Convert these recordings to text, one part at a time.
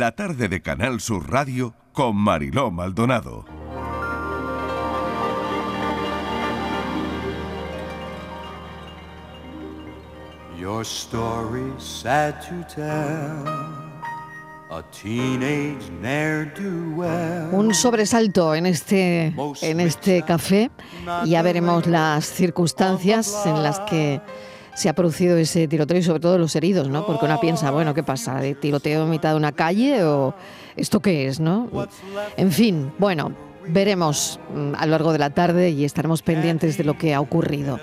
La tarde de Canal Sur Radio con Mariló Maldonado. Your story sad to tell. A teenage ne'er do well. Un sobresalto en este, en este café. Ya veremos las circunstancias en las que se ha producido ese tiroteo y sobre todo los heridos, ¿no? Porque una piensa, bueno, ¿qué pasa? ¿De tiroteo en mitad de una calle o esto qué es, no? En fin, bueno, veremos mm, a lo largo de la tarde y estaremos pendientes de lo que ha ocurrido.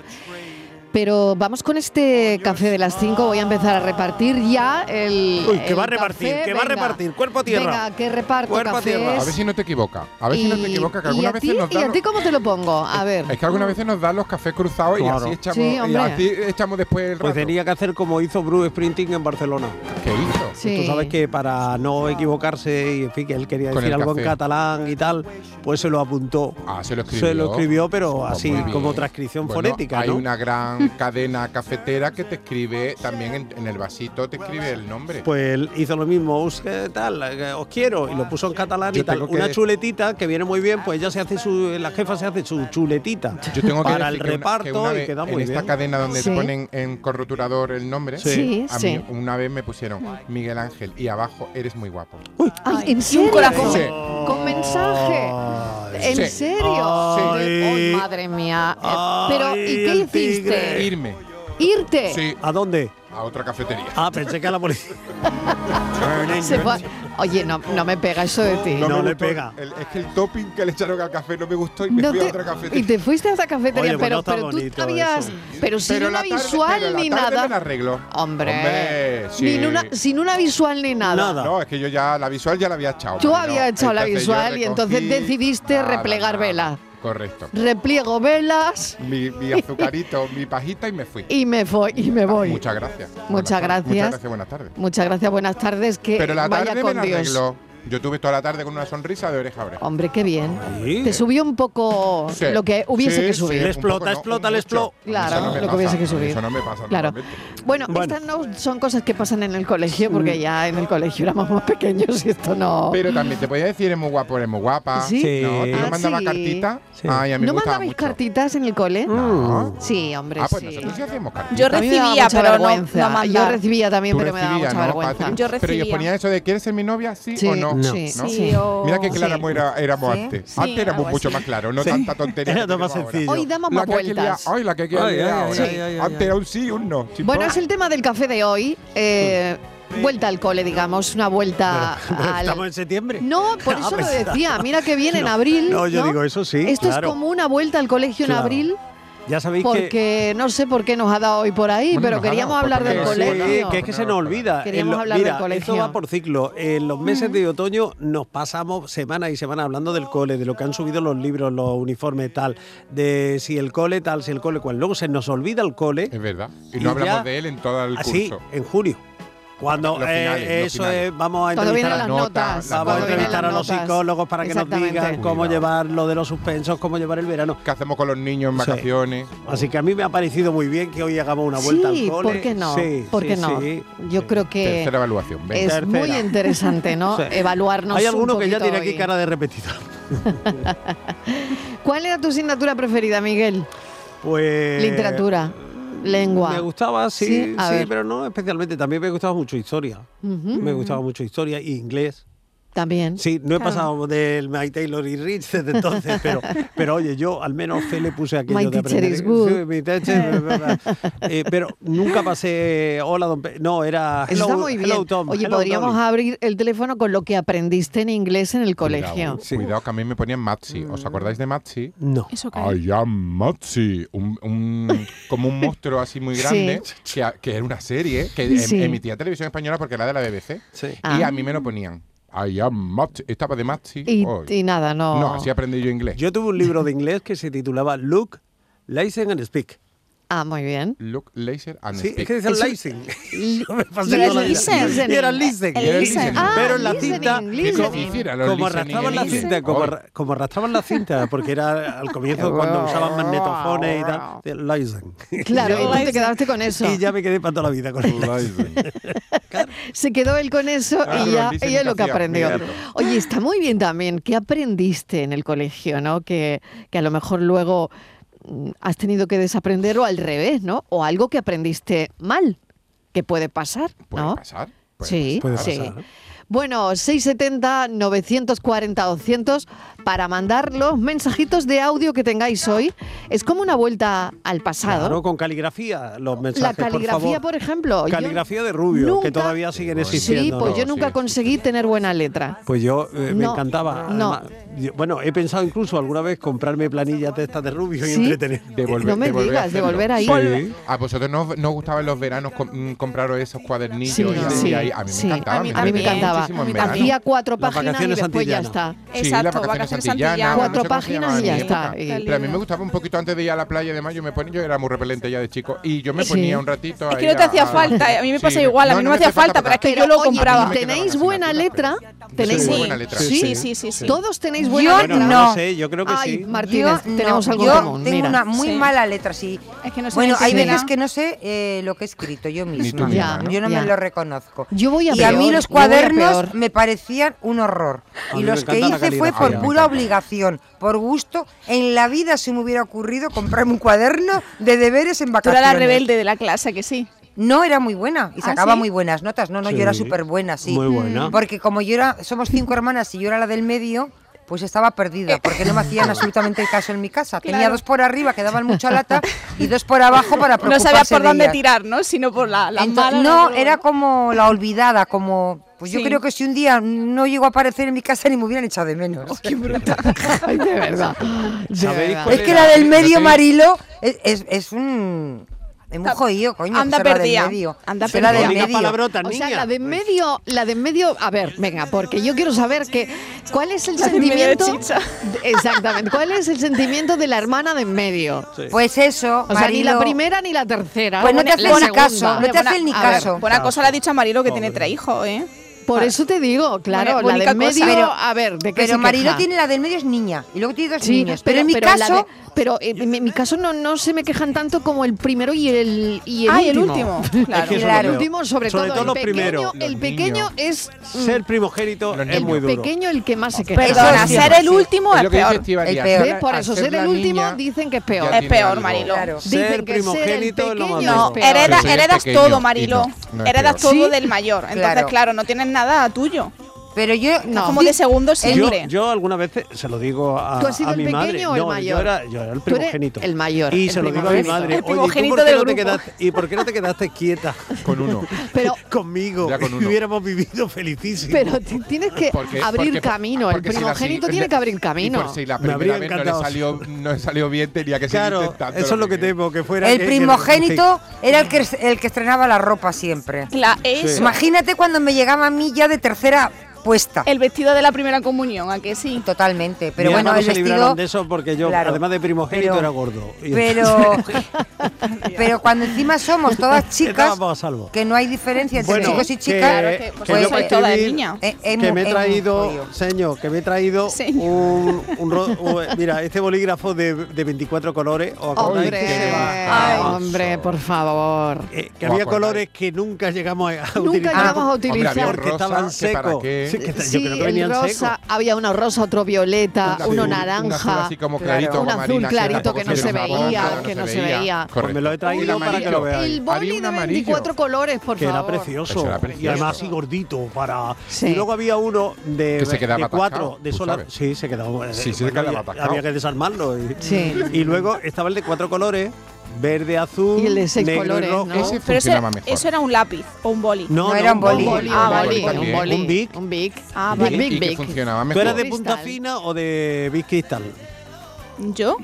Pero vamos con este café de las 5. Voy a empezar a repartir ya el. Uy, que el va a repartir, café. que va a repartir. Cuerpo a tierra. Venga, que reparto Cuerpo a cafés. tierra. A ver si no te equivoca. A ver si no te equivoca, que y algunas a ti- veces nos ¿Y a dan. ti cómo te lo pongo? A ver. Es que algunas veces nos dan los cafés cruzados Claro. y así echamos, Sí, y hombre. así echamos después el Pues rato. tenía que hacer como hizo Bruce Sprinting en Barcelona. Pues ¿Qué hizo? Sí. Tú sabes que para no equivocarse, y en fin, que él quería Con decir el algo en café. catalán y tal, pues se lo apuntó. Ah, se lo escribió. Se lo escribió, pero Pues así muy bien. como transcripción Bueno, fonética, Hay ¿no? una gran cadena cafetera que te escribe también en, en el vasito, te escribe el nombre. Pues él hizo lo mismo, os eh, tal, eh, os quiero, y lo puso en catalán y Yo tal. tengo que- Una chuletita que viene muy bien, pues ella se hace su, la jefa se hace su chuletita. Yo tengo que decir para que el una- reparto que una y vez queda En muy esta bien. cadena donde Sí. te ponen en corroturador el nombre, Sí. a mí Sí, sí. una vez me pusieron Miguel Ángel y abajo eres muy guapo. Ay, ¿en serio? corazón. Sí. Con mensaje. ¿En Sí. serio? Sí. Ay. Oh, madre mía. Eh, Ay, Pero, ¿y qué el hiciste? tigre. Irme. Irte. Sí, ¿A dónde? a otra cafetería. Ah, pensé que a la policía. Se fue a- Oye, no, no me pega eso de ti. No me le gustó pega. el- es que el topping que le echaron al café no me gustó y me No fui a te- otra y cafetería. te fuiste a esa cafetería, Oye, pues no pero, está pero tú bonito sabías. eso. Pero sin Pero una la tarde- visual pero la ni tarde nada. Me la arreglo. Hombre, Hombre, sí. Ni una- sin una visual ni nada. Nada. No, es que yo ya la visual ya la había echado. Tú Marino. habías echado la Entonces yo visual y entonces recogí- decidiste replegar vela. Correcto. Repliego velas Mi, mi azucarito, mi pajita y me fui. y me voy. Y me voy. Muchas gracias. Buenas Muchas tardes. gracias. Muchas gracias, buenas tardes. Muchas gracias, buenas tardes. Que Pero la vaya tarde me con la Dios. arregló. Yo tuve toda la tarde con una sonrisa de oreja a oreja. Hombre, qué bien. Sí. Te subió un poco Sí. lo que hubiese Sí, que sí, subir. Le un explota, poco, no, explota, un le mucho. explota. Claro, Eso no me lo que pasa, hubiese que subir. Eso no me pasa Claro. normalmente. Bueno, Bueno. estas no son cosas que pasan en el colegio, porque ya en el colegio éramos más pequeños y esto Oh. no. Mm. Pero también te podía decir, eres muy guapo, eres muy guapa. ¿Sí? Sí. No, tú Ah, no mandabas sí. cartita. Sí. Ay, a mí ¿No me gustaba mandabais mucho. cartitas en el cole? No. Sí, hombre, Ah, pues sí. nosotros sí hacíamos cartitas. Yo A mí me daba recibía, mucha pero no, vergüenza. no Yo mandaba. recibía también, Tú pero me daba recibías, mucha ¿no, vergüenza. Patri? Yo Pero ellos recibía. ponían eso de ¿quieres ser mi novia? Sí, Sí, o no. No. sí, ¿No? sí. o- Mira que clara Sí. era- éramos Sí. antes. Sí, antes éramos algo mucho así. más claros, no Sí. tanta tontería. Era que todo más tenemos ahora. sencillo. Hoy damos La más que hay que liar- vueltas. Ay, la que hay que Ay, liar ay, ahora. ay, Sí. ay, ay, ay, Antes ay. era un sí, un no. Sí, Bueno, pa. es el tema del café de hoy. Eh, vuelta al cole, digamos, una vuelta Estamos al. en septiembre. No, pues, por Ah, eso lo pensaba. decía. Mira que viene en abril. No, yo digo, eso sí, Esto claro. es como una vuelta al colegio Claro. en abril, Ya sabéis que. porque no sé por qué nos ha dado hoy por ahí, Bueno, pero nos ha queríamos dado, hablar porque del Sí, nos- colegio. que es que se nos olvida. Queríamos En lo- hablar del mira, colegio. Esto va por ciclo. En los meses de otoño nos pasamos semana y semana hablando del cole, de lo que han subido los libros, los uniformes, tal, de si el cole, tal, si el cole, cual. Luego se nos olvida el cole. Es verdad. Y ya- ¿Ah, no hablamos de él Ah, en todo el Así, curso. en junio. Cuando Los finales, eh, los eso finales. es, vamos a Cuando entrevistar vienen a las notas, notas. las Vamos a cuando vienen entrevistar a las los notas. psicólogos para que nos Exactamente. digan cómo llevar lo de los suspensos, cómo llevar el verano. ¿Qué hacemos con los niños en Sí. vacaciones? Así que a mí me ha parecido muy bien que hoy hagamos una vuelta sí, al cole. ¿por qué no? Sí, ¿Por sí, qué no? sí, Yo sí. creo que Tercera evaluación. venga. es Tercera. muy interesante, ¿no? Sí. Evaluarnos Hay alguno un que ya poquito tiene aquí hoy. cara de repetidor. ¿Cuál era tu asignatura preferida, Miguel? Pues. Literatura, lengua. Me gustaba, sí, Sí, sí, a ver. pero no especialmente. También me gustaba mucho historia. Ujú. Me gustaba mucho historia y inglés. También. Sí, no he pasado del My Taylor y Rich desde entonces, pero, pero oye, yo al menos fe le puse aquello My de teacher aprender. is good. Sí, mi teacher, es verdad. Eh, pero nunca pasé hola don Pe no, era Eso está hello- muy bien. hello, Tom, Oye, hello, podríamos Dolly. abrir el teléfono con lo que aprendiste en inglés en el colegio. Cuidado, cuidado, que a mí me ponían Maxi. ¿Os acordáis de Maxi? Mm. No. Eso que I am Maxi, un, un- como un monstruo así muy Sí. grande, que, a- que era una serie que em- Sí. emitía televisión española porque era de la BBC. Sí. Y Ah. a mí me lo ponían. I am Maxi, estaba de Maxi. Y, Oh. y nada, no. No, así aprendí yo inglés. Yo tuve un libro de inglés que se titulaba Look, Listen and Speak. Ah, muy bien. Look, laser and Sí, es speak. que dicen Eso- Leising. Yo me pasé Y toda el la vida. listening. Y era Leising. El y era listening. listening. Ah, Pero en la listening, cinta, Qué listening. difícil, a los listening Como arrastraban la eligen. cinta, como, Hoy. arra- como arrastraban la cinta, porque era al comienzo cuando usaban magnetofones y tal. de Leising. Claro, y tú te Leising. quedaste con eso. Y ya me quedé para toda la vida con el Leising. Se quedó él con eso Ah, Claro, y ya dicen ella es lo que que hacía, aprendió. claro. Oye, está muy bien también. ¿Qué aprendiste en el colegio, no? Que, que a lo mejor luego mm, has tenido que desaprender o al revés, ¿no? O algo que aprendiste mal, que puede pasar, Puede ¿no? pasar. puede sí, pasar. pues Puede sí. pasar, ¿no? Bueno, 670-940-200 para mandar los mensajitos de audio que tengáis hoy. Es como una vuelta al pasado. Claro, con caligrafía, los mensajes. La caligrafía, por, por, favor. ejemplo. yo- Caligrafía de Rubio, que nunca- todavía siguen existiendo. Sí, pues ¿no? yo nunca sí. conseguí tener buena letra. Pues yo eh, me No, encantaba. no. Además, yo- bueno, he pensado incluso alguna vez comprarme planillas de estas de Rubio y ¿Sí? entretener. De volver- No me de volver a digas, de hacerlo. volver ahí. Sí. ¿A vosotros no, os- no os gustaban los veranos com- mm, compraros esos cuadernillos? Sí, y así, sí, ahí? A mí sí. me encantaba. A mí A mí me entretenía encantaba. muchísimo en A mí verano. también. Hacía cuatro Las páginas y vacaciones después ya está. antillanas. Sí, Exacto, las vacaciones vacaciones antillanas, no antillanas. sé Cuatro cómo se páginas y llamaba ya en mi está. época. Y- Pero a mí me gustaba un poquito antes de ir a la playa, además yo me ponía, yo era muy repelente ya de chico, y yo me Sí. ponía un ratito Es que ahí no te a- hacía a- eh, falta, eh, a mí me Sí, pasa igual, a mí no me hacía falta, pero es que yo lo oye, compraba. me quedaba ¿Tenéis sin buena nada, letra? ¿Tenéis Sí, sí. buena letra. Sí, sí, Sí, sí, sí. ¿Todos tenéis buena Yo letra? Bueno, no. no sé, yo creo que Ay, sí. Martínez, no, tenemos algo yo en común. tengo mira. una muy Sí. mala letra, sí. Es que no se bueno, me hay enseña. veces que no sé eh, lo que he escrito yo misma. tú misma, ¿no? Yo no Ya. me lo reconozco. Yo voy a y a peor, mí los yo voy a cuadernos peor. me parecían un horror. A mí Y me los que encanta la hice fue caligrafía, por me pura obligación, por gusto. En la vida se me hubiera ocurrido comprarme un cuaderno de deberes en Tú eras vacaciones. la rebelde de la clase, que sí. No, era muy buena y ¿Ah, sacaba sí? Mm. muy buenas notas. No, no, yo era Sí, súper buena, sí. muy buena. Porque como yo era, somos cinco hermanas y yo era la del medio, pues estaba perdida, porque no me hacían absolutamente caso en mi casa. Tenía Claro. dos por arriba que daban mucha lata y dos por abajo para No preocuparse sabías por de dónde ellas. tirar, ¿no? Sino por la, la Ento- mala. no, la- era como la olvidada, como... Pues yo Sí. creo que si un día no llego a aparecer en mi casa ni me hubieran echado de menos. Oh, Ay, de verdad. de ¿Sabéis verdad. cuál es que la del medio, Marilo, es, es, es un... Es muy jodido, coño. Anda ser la del perdida, medio. anda Ser la perdida. del Diga medio. palabrotas, O sea, niña. la de en medio, la de en medio, a ver, venga, porque yo quiero saber que cuál es el La de en medio de sentimiento chicha. de- exactamente, cuál es el sentimiento de la hermana de en medio. Pues eso, O sea, ni la Marilo. primera ni la tercera. Pues no Bueno, te hacen la ni segunda. caso, no te Buena- hacen ni a ver, caso. Buena cosa le ha dicho a Marilo que tiene tres hijos, ¿eh? Por eso te digo, claro, Buena- la bonita de en medio, cosa. Pero- a ver, de qué Pero se Marilo queja? tiene la del medio es niña y luego tiene dos Sí, niños. Pero, en mi la caso, de- pero eh, mi, mi caso no, no se me quejan tanto como el primero y el, y el Ah, y el último. último. Es que Claro. El eso es lo Claro. peor. último sobre, todo, los el pequeño, primeros. el Los pequeño niños. es Ser primogénito Los es niños. muy Mm. el duro. pequeño el que más se queja. Perdona, sí, ser sí. el último Es es lo que dice peor. Estíbaliz, El al peor. ser- ¿Ves? Eh, Por al eso ser ser la el último niña- dicen que es peor. Ya Es tiene peor, algo. Marilo. Claro. Dicen Ser que el primogénito es lo más pequeño malo. es peor. Hereda- Pero soy el heredas pequeño todo, y Marilo. no, no es heredas peor. todo Sí. del mayor. Entonces, Claro. claro. no tienes nada tuyo. pero yo No. Como de segundo Yo, siempre. yo algunas veces se lo digo a, ¿Tú has sido a el mi madre. pequeño o el No, mayor? Yo era, yo era el Tú eres primogénito. el mayor, Y el se lo digo a mi primogénito. madre. El Oye, ¿y tú primogénito por qué del no te grupo". quedaste- ¿Y por qué no te quedaste quieta Con uno. Pero, conmigo? Ya con uno. Hubiéramos vivido felicísimos. pero ti- tienes que Porque- abrir porque- camino. El porque si la primogénito si- tiene que abrir Y camino. por si la Me habría primera vez no le, encantado. salió, no le salió bien, tenía que seguir claro, intentando eso es lo que primero. temo, que fuera. que- el que- primogénito era el que, el que estrenaba la ropa siempre. La, es Imagínate cuando me llegaba a mí ya de tercera puesta. el vestido de la primera comunión, ¿a que sí? Totalmente. Pero Mi bueno, hermano el se vestido. libraron de eso porque yo, Claro. además de primogénito, Pero- era gordo. Y Pero, pero cuando encima somos todas chicas, Estábamos a salvo. que no hay diferencia entre Bueno, chicos y que- chicas, Claro, que- pues pues, yo soy eh, toda de escribir niña. eh, eh, que me he eh, traído, jodido. señor, que me he traído Señor. un, un ro- un- mira, este bolígrafo de, de 24 colores. ¿os acordáis Hombre, que ay, lleva- hombre, por favor. Eh, que ¿Os había acordáis? colores que nunca llegamos a a Nunca llegamos utilizar. a Hombre, había utilizar. un porque rosa, estaban que para secos. qué. Sí, que está- yo Sí, creo que el venían rosa, secos. había uno rosa, otro violeta, Un uno azul, un azul naranja, así como Claro. clarito, un azul amarina, que clarito tampoco que no se veía, veía, no que no se veía. Pues me lo he Y traído para que lo amarillo. veáis. El boli un de amarillo. 24 colores, por Que era favor. Eso precioso. era Y precioso. además así gordito para. Sí. Y luego había uno de, Que se quedaba de cuatro, atascado, de tú sola. sabes. Sí, se quedaba. Sí, eh, se quedaba había- atascado. Había que desarmarlo. Y, Sí. y luego estaba el de cuatro colores, verde, azul, Y el de seis negro colores, y rojo. ¿no? Ese Pero eso, funcionaba mejor. eso era un lápiz o un boli. No, No, era un boli. Un boli, Ah, un boli, vale. un boli. Un Bic. Un Bic. Ah, Un vale. Y Bic, que Bic. funcionaba ¿Tú mejor. eras de punta Cristal. fina o de Big Cristal? ¿Yo?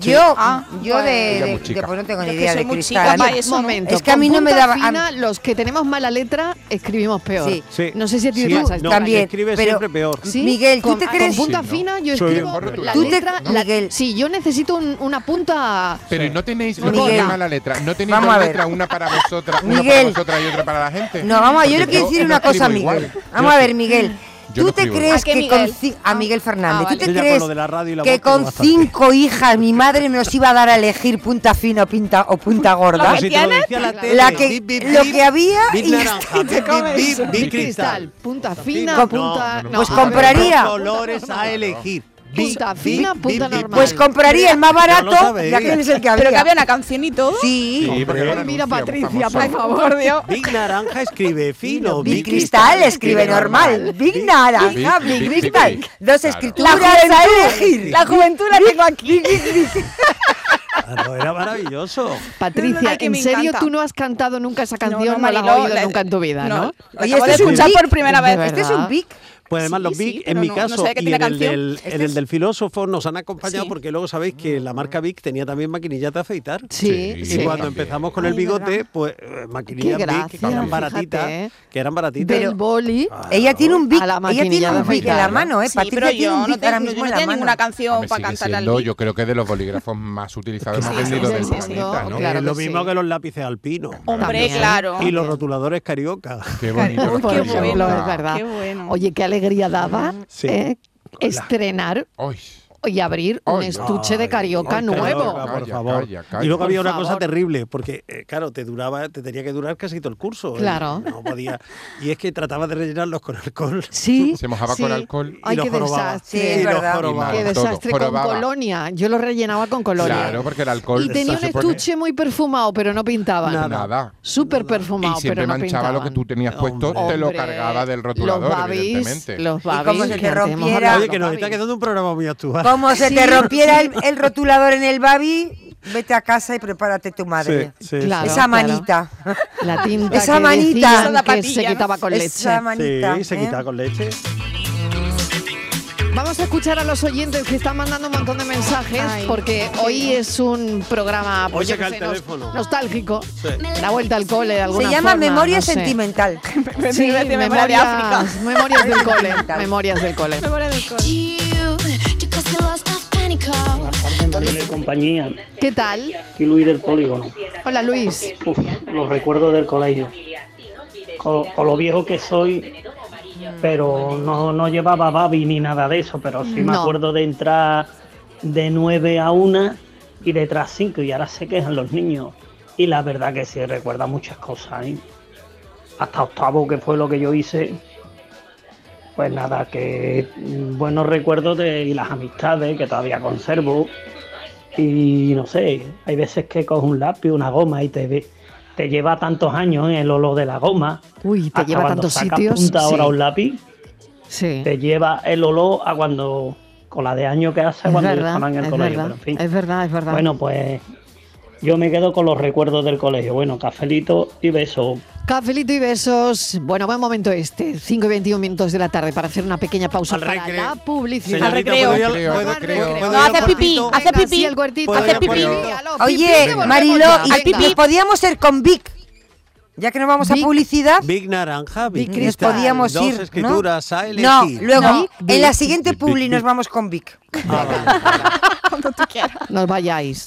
Yo, Ah, yo de, Ella de- muy chica. de- pues no tengo Yo ni es que idea soy de muy cristal. chica pa' Yo- eso. momento. Es que a con mí no me punta daba- a Fina, los que tenemos mala letra escribimos peor. Sí. Sí. No sé si a ti te Sí, pasa esto. no, también, escribe pero- siempre peor. ¿Sí? Miguel, ¿tú Con- te con crees? punta Sí, no. fina yo Soy escribo mejor la tú te- letra. la- Miguel. sí, yo necesito un- una punta. Pero ¿y no tenéis, no Miguel. tenéis mala letra, no tenéis Vamos dos a ver. letras, una para vosotras, una para Miguel. vosotras y otra para la gente. No, vamos, a- yo Porque le quiero decir no una cosa a escribo Miguel. igual. Vamos a ver, Miguel. Yo ¿Tú no te escribo crees igual. ¿A que qué con Miguel? ci- a Miguel Fernández, Ah, ¿tú vale. te Yo ya con crees lo de la radio y la que voz tengo con bastante. cinco hijas mi madre nos iba a dar a elegir punta fina o pinta o punta gorda? Pues si te lo decía la tele, La que- bip, bip, lo bip, que había bip y- naranja, y bip, te bip, comes. bip, bip, Bip cristal. cristal, punta fina, Com- punta. no, no, no, pues a ver, compraría. Dos colores a elegir. Punta fina, punta normal. Pues compraría el Ya más lo barato, sabéis. ya que él es el que Pero que había había. una canción y todo. Sí. Sí, porque era un Mira, anuncio, muy Patricia, famoso. por Por favor. Dios. Big naranja escribe fino. Big Cristal escribe normal. Big nada. Big- ja, Big- Big Big- Cristal. Big. Dos Claro. escrituras a elegir. La juventud la tengo aquí. Claro, era maravilloso. Patricia, Ay, que ¿en me serio encanta. tú no has cantado nunca esa canción? No, la has Mariló, oído la- nunca en tu vida, ¿no? La Oye, acabo este de es un escuchar Vic. por primera De vez. verdad. Este es un Big. Pues además Sí, los sí, Big, en pero mi no- no caso, sabía que y tenía en el, canción. del, en el del filósofo nos han acompañado Sí. porque luego sabéis que la marca Big tenía también maquinillas de afeitar. Sí, Sí, Y sí. cuando también. empezamos con el Ay, ¿verdad? bigote, pues eh, maquinillas Qué Big, que gracia, eran fíjate, baratitas, ¿eh? que eran baratitas. Del boli. Ella tiene un Big. A la Ella maquinilla tiene de un Big en afeitar, la ¿no? mano, ¿eh? Sí, pero Patricia tiene yo un no Big ahora tengo, yo mismo no en la tenía ninguna mano. canción Hombre, para sigue cantarle al siendo, Big. yo creo que de los bolígrafos más utilizados hemos Claro, vendido sigue del siendo, planeta, ¿no? Eh, claro lo que mismo sí. que los lápices alpinos. Hombre, También. claro. Y los rotuladores carioca. Qué bonito. Uy, los qué colegios, bueno. Lo ¿verdad? es verdad. Qué bueno. Oye, qué alegría daba Sí. ¿eh? Hola. estrenar Ay, y abrir un Ay, estuche de carioca Ay, nuevo. carioca, por Calla, favor. calla, calla. Y luego había Por una cosa favor. terrible, porque eh, claro, te duraba, te tenía que durar casi todo el curso. eh, Claro. no podía. Y es que trataba de rellenarlos con alcohol. Sí. Se mojaba con sí. alcohol. Ay, Y qué los jorobaba. desastre. Sí, es Y los verdad. jorobaba. Qué Todo, desastre con jorobaba. colonia. Yo lo rellenaba con colonia. Claro, porque el alcohol y tenía un se supone- estuche muy perfumado, pero no pintaba. Nada. nada. Súper perfumado, y pero siempre no manchaba pintaban. lo que tú tenías puesto, te lo Hombre, cargaba del Los rotulador, babis, evidentemente. los babis. como se que antes hemos rompiera- hablado de Oye, que los nos está babis. quedando un programa muy actual. Como se te Sí. rompiera el, el rotulador en el babi, vete a casa y prepárate tu madre. Sí, sí, Claro. Esa manita. La tinta Esa que manita. decían Esa que zapatilla, se ¿no? quitaba con leche. Esa Sí, manita. se ¿eh? quitaba con leche. Vamos a escuchar a los oyentes que están mandando un montón de mensajes Ay, porque hoy es un programa Hoy pues, yo saca qué el nos- teléfono. nostálgico. La vuelta al cole de alguna Se llama forma, memoria no sé. sentimental. Sí, Memoria de memorias, África. memorias del cole. Sentimental. memorias del cole. Memoria del cole. you. You cause me lost my panic call. Marina y compañía. ¿Qué tal? Aquí Luis del Polígono. Hola Luis. Uf, los recuerdos del colegio. Con, con lo viejo que soy, pero no, no llevaba babi ni nada de eso, pero sí me No. acuerdo de entrar de 9 a 1 y detrás 5 y ahora se quejan los niños. Y la verdad que sí, recuerda muchas cosas. ¿eh? Hasta octavo, que fue lo que yo hice. Pues nada, que mm, buenos recuerdos de, y las amistades que todavía conservo. Y no sé, hay veces que coges un lápiz, una goma y te, ve- te lleva tantos años el olor de la goma. Uy, te Hasta lleva a cuando tantos sacas sitios. punta Sí, ahora un lápiz, sí. te lleva el olor a cuando, con la de año que hace Es cuando yo verdad, estaba en el es colegio. verdad, pero en fin. es verdad, es verdad. Bueno, pues yo me quedo con los recuerdos del colegio. Bueno, cafelito y beso. Cafelito y besos. Bueno, buen momento este. 5 y 21 minutos de la tarde para hacer una pequeña pausa Al para recreo. la publicidad. Señorita, recreo. ¿puedo ir al- Recreo, puedo- recreo. puedo No, ir al hace pipí, cuartito? hace Venga, pipí, sí, el huertito, hace el pipí. huertito, a los pipí, Oye, que Mariló, volvemos ya. y Venga. nos podíamos ir con Vic. Ya que nos vamos Vic. a publicidad, Big naranja, Big, nos cristal, podíamos dos ir. ¿no? escrituras a no, elegir. luego, No, Vic. en la siguiente Vic, publi Vic, nos Vic. vamos con Vic. Cuando tú quieras. No os vayáis.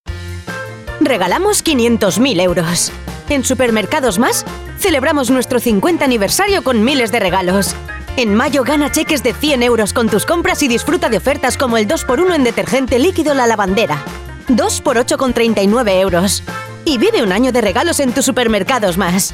regalamos 500.000 euros. En Supermercados Más, celebramos nuestro 50 aniversario con miles de regalos. En mayo gana cheques de 100 euros con tus compras y disfruta de ofertas como el 2x1 en detergente líquido La Lavandera. 2x8 con 39 euros. Y vive un año de regalos en tus Supermercados Más.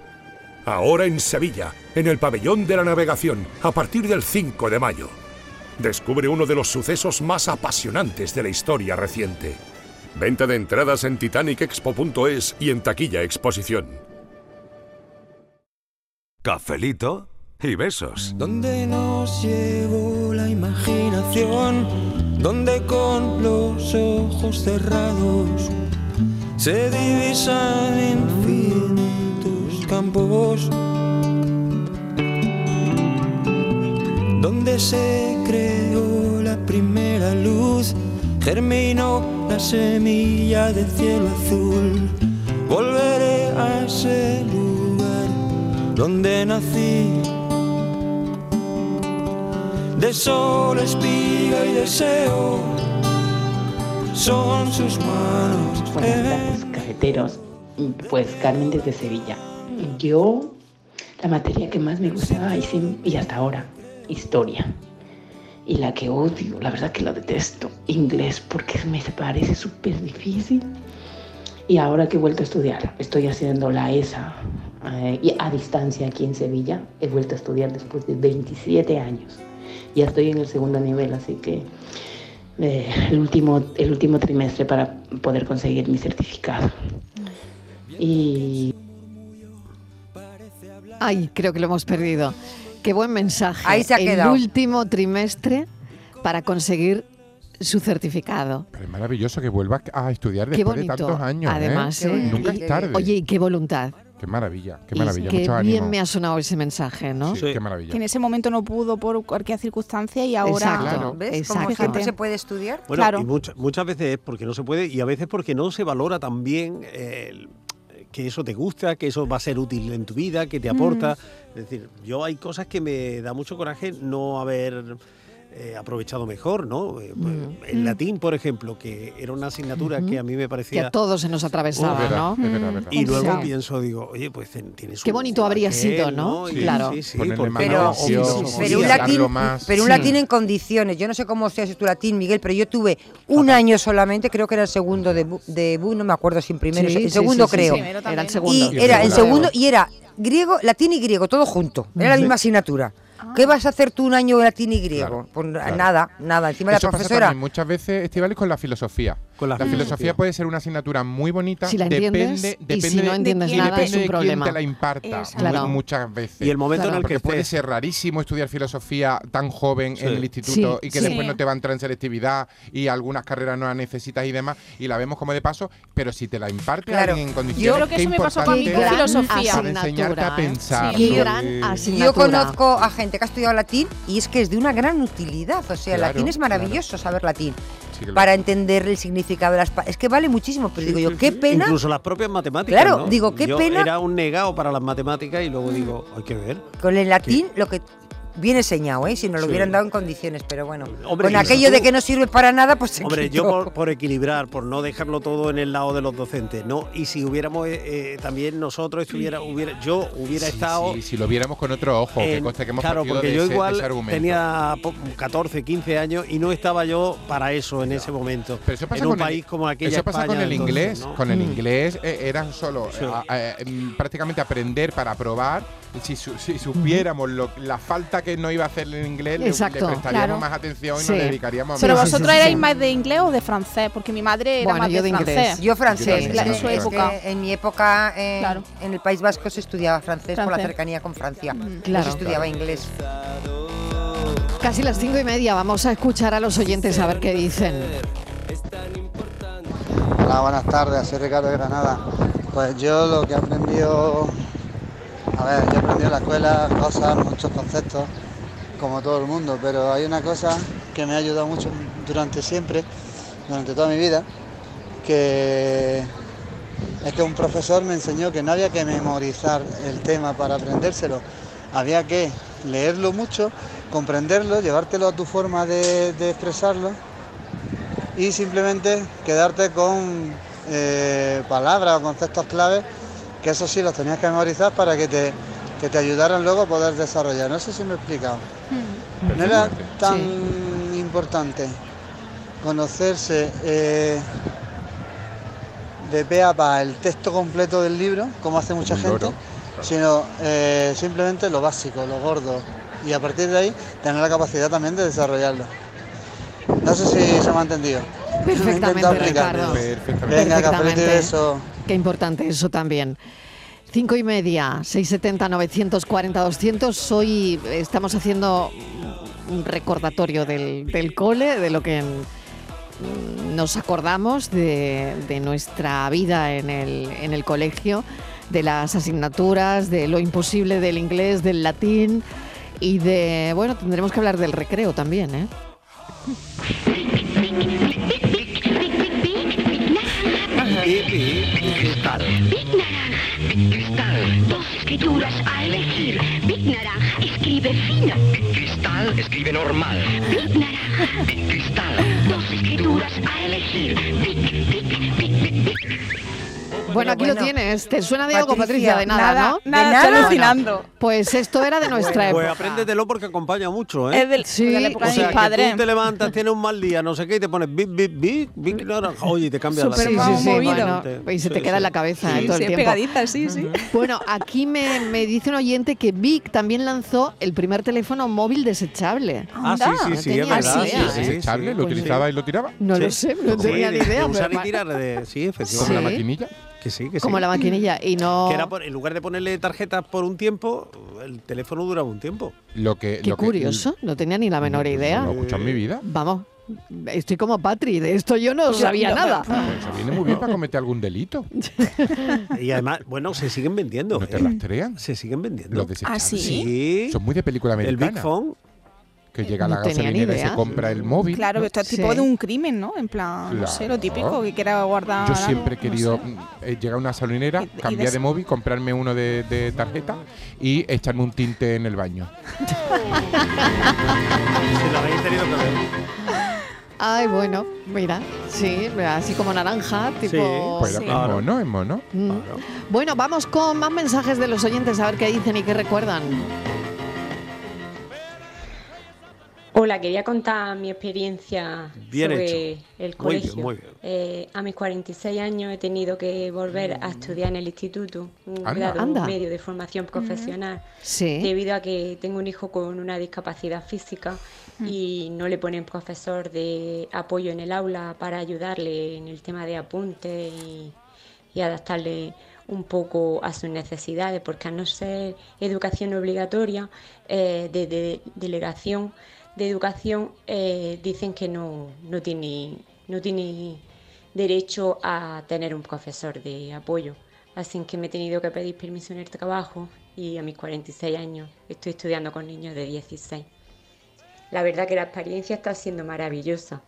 Ahora en Sevilla, en el pabellón de la navegación, a partir del 5 de mayo. Descubre uno de los sucesos más apasionantes de la historia reciente. Venta de entradas en titanicexpo.es y en taquilla exposición. Cafelito y besos. Donde nos llevó la imaginación, donde con los ojos cerrados se divisan infinitos campos, donde se creó la primera luz, germinó la semilla del cielo azul. Volveré a ese lugar donde nací. De sol, espiga y deseo son sus manos. Buenas tardes, cafeteros. Pues Carmen desde Sevilla. Yo, la materia que más me gustaba y, sin- y hasta ahora, historia. Y la que odio, la verdad que la detesto, inglés, porque me parece súper difícil. Y ahora que he vuelto a estudiar, estoy haciendo la ESA eh, y a distancia aquí en Sevilla. He vuelto a estudiar después de 27 años. Ya estoy en el segundo nivel, así que eh, el, último, el último trimestre para poder conseguir mi certificado. Y Ay, creo que lo hemos perdido. Qué buen mensaje. Ahí se ha el quedado. último trimestre para conseguir su certificado. Es maravilloso que vuelvas a estudiar qué después de bonito. tantos años. ¿eh? Además, ¿eh? Nunca Y- es tarde. Oye, y qué voluntad. Qué maravilla, qué Y maravilla. qué Mucho ánimo. bien me ha sonado ese mensaje, ¿no? Sí, qué maravilla. Que en ese momento no pudo por cualquier circunstancia y ahora. Exacto, Claro. ¿Ves? exacto. Como siempre se puede estudiar. Bueno, y mucha- muchas veces es porque no se puede y a veces porque no se valora también eh, el- que eso te gusta, que eso va a ser útil en tu vida, que te aporta. Es decir, yo hay cosas que me da mucho coraje no haber eh, aprovechado mejor, ¿no? Eh, pues, Mm. El latín, por ejemplo, que era una asignatura que a mí me Que parecía... a todos se nos atravesaba, Uf, ¿no? Mm. Y luego Sí. pienso, digo, oye, pues ten- tienes Qué un bonito habría aquel, sido, ¿no? Y- Claro. Sí, sí, Ponerle porque más no- atención, sí, sí, sí, Pero un, sí. latín, pero un latín en condiciones. Yo no sé cómo sea tu latín, Miguel, pero yo tuve un año solamente, creo que era el segundo de, Bu- de Bu, no me acuerdo si en primero, Sí, el sí, segundo sí, sí, creo. sí. Primero también. Era el Y segundo. era el Sí. segundo y era griego, latín y griego, todo junto. Era la Sí. misma asignatura. Ah. ¿Qué vas a hacer tú un año de latín y griego? Pues claro. nada, nada. Encima Eso la pasa profesora. también muchas veces, Estivales, con la filosofía. la filosofía. filosofía puede ser una asignatura muy bonita. Si la entiendes, depende, y depende si no de- entiendes y nada, depende es un de quién problema. te la imparta Exacto. Claro. mu- muchas veces. Y el momento en el Porque que puede estés. ser rarísimo estudiar filosofía tan joven en Sí. el instituto Sí, y que sí. después Sí. no te va a entrar en selectividad y algunas carreras no las necesitas y demás y la vemos como de paso, pero si te la imparte Claro. alguien en Yo condiciones creo que qué eso me pasó con mi importante gran para asignatura, enseñarte a ¿eh? pensar. Sí. Qué sobre- gran Yo asignatura. conozco a gente que ha estudiado latín y es que es de una gran utilidad. O sea, el Claro, latín es claro. maravilloso saber latín. sí que lo- para entender el significado de las pa- Es que vale muchísimo, pero digo yo, qué pena. Incluso las propias matemáticas. Claro, ¿no? digo, qué Yo pena- Era un negado para las matemáticas y luego digo, hay que ver. Con el latín, lo que viene enseñado, ¿eh? Si nos lo Sí. hubieran dado en condiciones, pero bueno. Hombre, con y aquello de tú- que no sirve para nada, pues se Hombre, yo quitó. por, por equilibrar, por no dejarlo todo en el lado de los docentes, ¿no? Y si hubiéramos eh, eh, también nosotros estuviera, hubiera, yo hubiera Sí, estado. sí, si lo viéramos con otro ojo, que en- conste que hemos claro, partido porque de yo ese- de igual ese argumento. tenía po- 14, 15 años y no estaba yo para eso en ese momento. Pero eso en un con el- país como aquella Eso pasa España con el de entonces, inglés. ¿no? Con el Mm. inglés eh, era solo eh, a- a- em, prácticamente aprender para probar. Y Si, su- si supiéramos lo- la falta que no iba a hacer el inglés, le- le, Exacto, prestaríamos claro. más atención y Sí. nos dedicaríamos Pero más. vosotros erais más de inglés o de francés, porque mi madre era Bueno, más yo de, de inglés. francés. Yo francés, Sí, claro, en su es época. que en mi época eh, Claro. en el País Vasco se estudiaba francés, por la Francés. cercanía con Francia. No Claro. se estudiaba inglés. Casi las cinco y media, vamos a escuchar a los oyentes a ver qué dicen. Hola, buenas tardes, soy Ricardo de Granada. Pues yo lo que he aprendido, a ver, yo he aprendido en la escuela cosas, muchos conceptos, como todo el mundo, pero hay una cosa que me ha ayudado mucho durante siempre, durante toda mi vida, que es que un profesor me enseñó que no había que memorizar el tema para aprendérselo, había que leerlo mucho, comprenderlo, llevártelo a tu forma de- de expresarlo y simplemente quedarte con eh, palabras o conceptos clave, que eso sí los tenías que memorizar para que te, que te ayudaran luego a poder desarrollar. No sé si me he explicado. No era Perfectamente. tan importante conocerse eh, de pe a pa el texto completo del libro, como hace mucha Un gente, loro, sino eh, simplemente lo básico, lo gordo, y a partir de ahí tener la capacidad también de desarrollarlo. No sé si se me ha entendido. Perfectamente, Intento explicarme. Ricardo. Venga, cafelito y Perfectamente. beso. Qué importante eso también. Cinco y media, 670, 940, 200. Hoy estamos haciendo un recordatorio del, del cole, de lo que mm, nos acordamos de, de nuestra vida en el, en el colegio, de las asignaturas, de lo imposible del inglés, del latín y de, bueno, tendremos que hablar del recreo también, ¿eh? Big naranja, big cristal. Dos escrituras a elegir. Big naranja escribe fino. Big cristal escribe normal. Big naranja, big cristal. Dos escrituras a elegir. Big, big, big, big, big. Bueno, aquí lo tienes. ¿Te suena de algo, Patricia, Patricia? De nada, nada, ¿no? nada, De estoy Bueno, alucinando. pues esto era de nuestra Pues época. apréndetelo porque acompaña mucho, ¿eh? Es del- Sí. de la época O de sea, mis que padres. tú te levantas, tienes un mal día, no sé qué, y te pones bip, bip, bip, bip, naranja. Oye, y te cambia la Súper vida. sí, sí, bueno, y se te Sí, queda en sí. la cabeza Sí, eh, todo sí, el tiempo. pegadita, sí, sí. Bueno, aquí me, me dice un oyente que Vic también lanzó el primer teléfono móvil desechable. Ah, sí, sí, sí, es No tenía ni verdad. idea, sí, ¿eh? desechable, lo Pues sí. utilizaba y lo tiraba. No lo sé, no Como tenía de- ni de idea, usar pero y ma- tirar de, sí, efectivamente. ¿Como la Sí. maquinilla? Que sí, que sí. Como la maquinilla. Y no. ¿eh? Que era por- en lugar de ponerle tarjetas por un tiempo, el teléfono duraba un tiempo. Lo que, Qué lo que- curioso, no tenía ni la menor idea. Lo he escuchado en mi vida. Vamos, estoy como Patri, de esto yo no sabía no, nada. Pues eso viene muy bien para cometer algún delito. Y además, bueno, se siguen vendiendo. ¿No te ¿eh? rastrean? Se siguen vendiendo. Los desechables. ¿Ah, sí? Sí. Este, Son muy de película El americana. Big Phone. Que llega No la tenía ni gasolinera y se idea. compra el móvil. Claro, pero esto es tipo Sí. de un crimen, ¿no? En plan, no sé, lo Claro. típico que quiera guardar. Yo algo, siempre he no querido sé. mm, eh, llegar a una salinera, y cambiar des- de móvil, comprarme uno de, de tarjeta y echarme un tinte en el baño. Si lo habéis tenido que ver. Ay, bueno, mira, sí, así como naranja, tipo. Pues era- Sí. Mm. es mono, es mono. Bueno, vamos con más mensajes de los oyentes a ver qué dicen y qué recuerdan. Hola, quería contar mi experiencia Bien sobre hecho. el Muy bien, colegio. muy bien. Eh, a mis 46 años he tenido que volver Mm. a estudiar en el instituto, un Anda. grado Anda. medio de formación profesional, Sí. debido a que tengo un hijo con una discapacidad física y no le ponen profesor de apoyo en el aula para ayudarle en el tema de apuntes y, y adaptarle un poco a sus necesidades, porque al no ser educación obligatoria, eh, de, de- delegación de educación, eh, dicen que no, no, tiene, no tiene derecho a tener un profesor de apoyo. Así que me he tenido que pedir permiso en el trabajo y a mis 46 años estoy estudiando con niños de 16. La verdad que la experiencia está siendo maravillosa.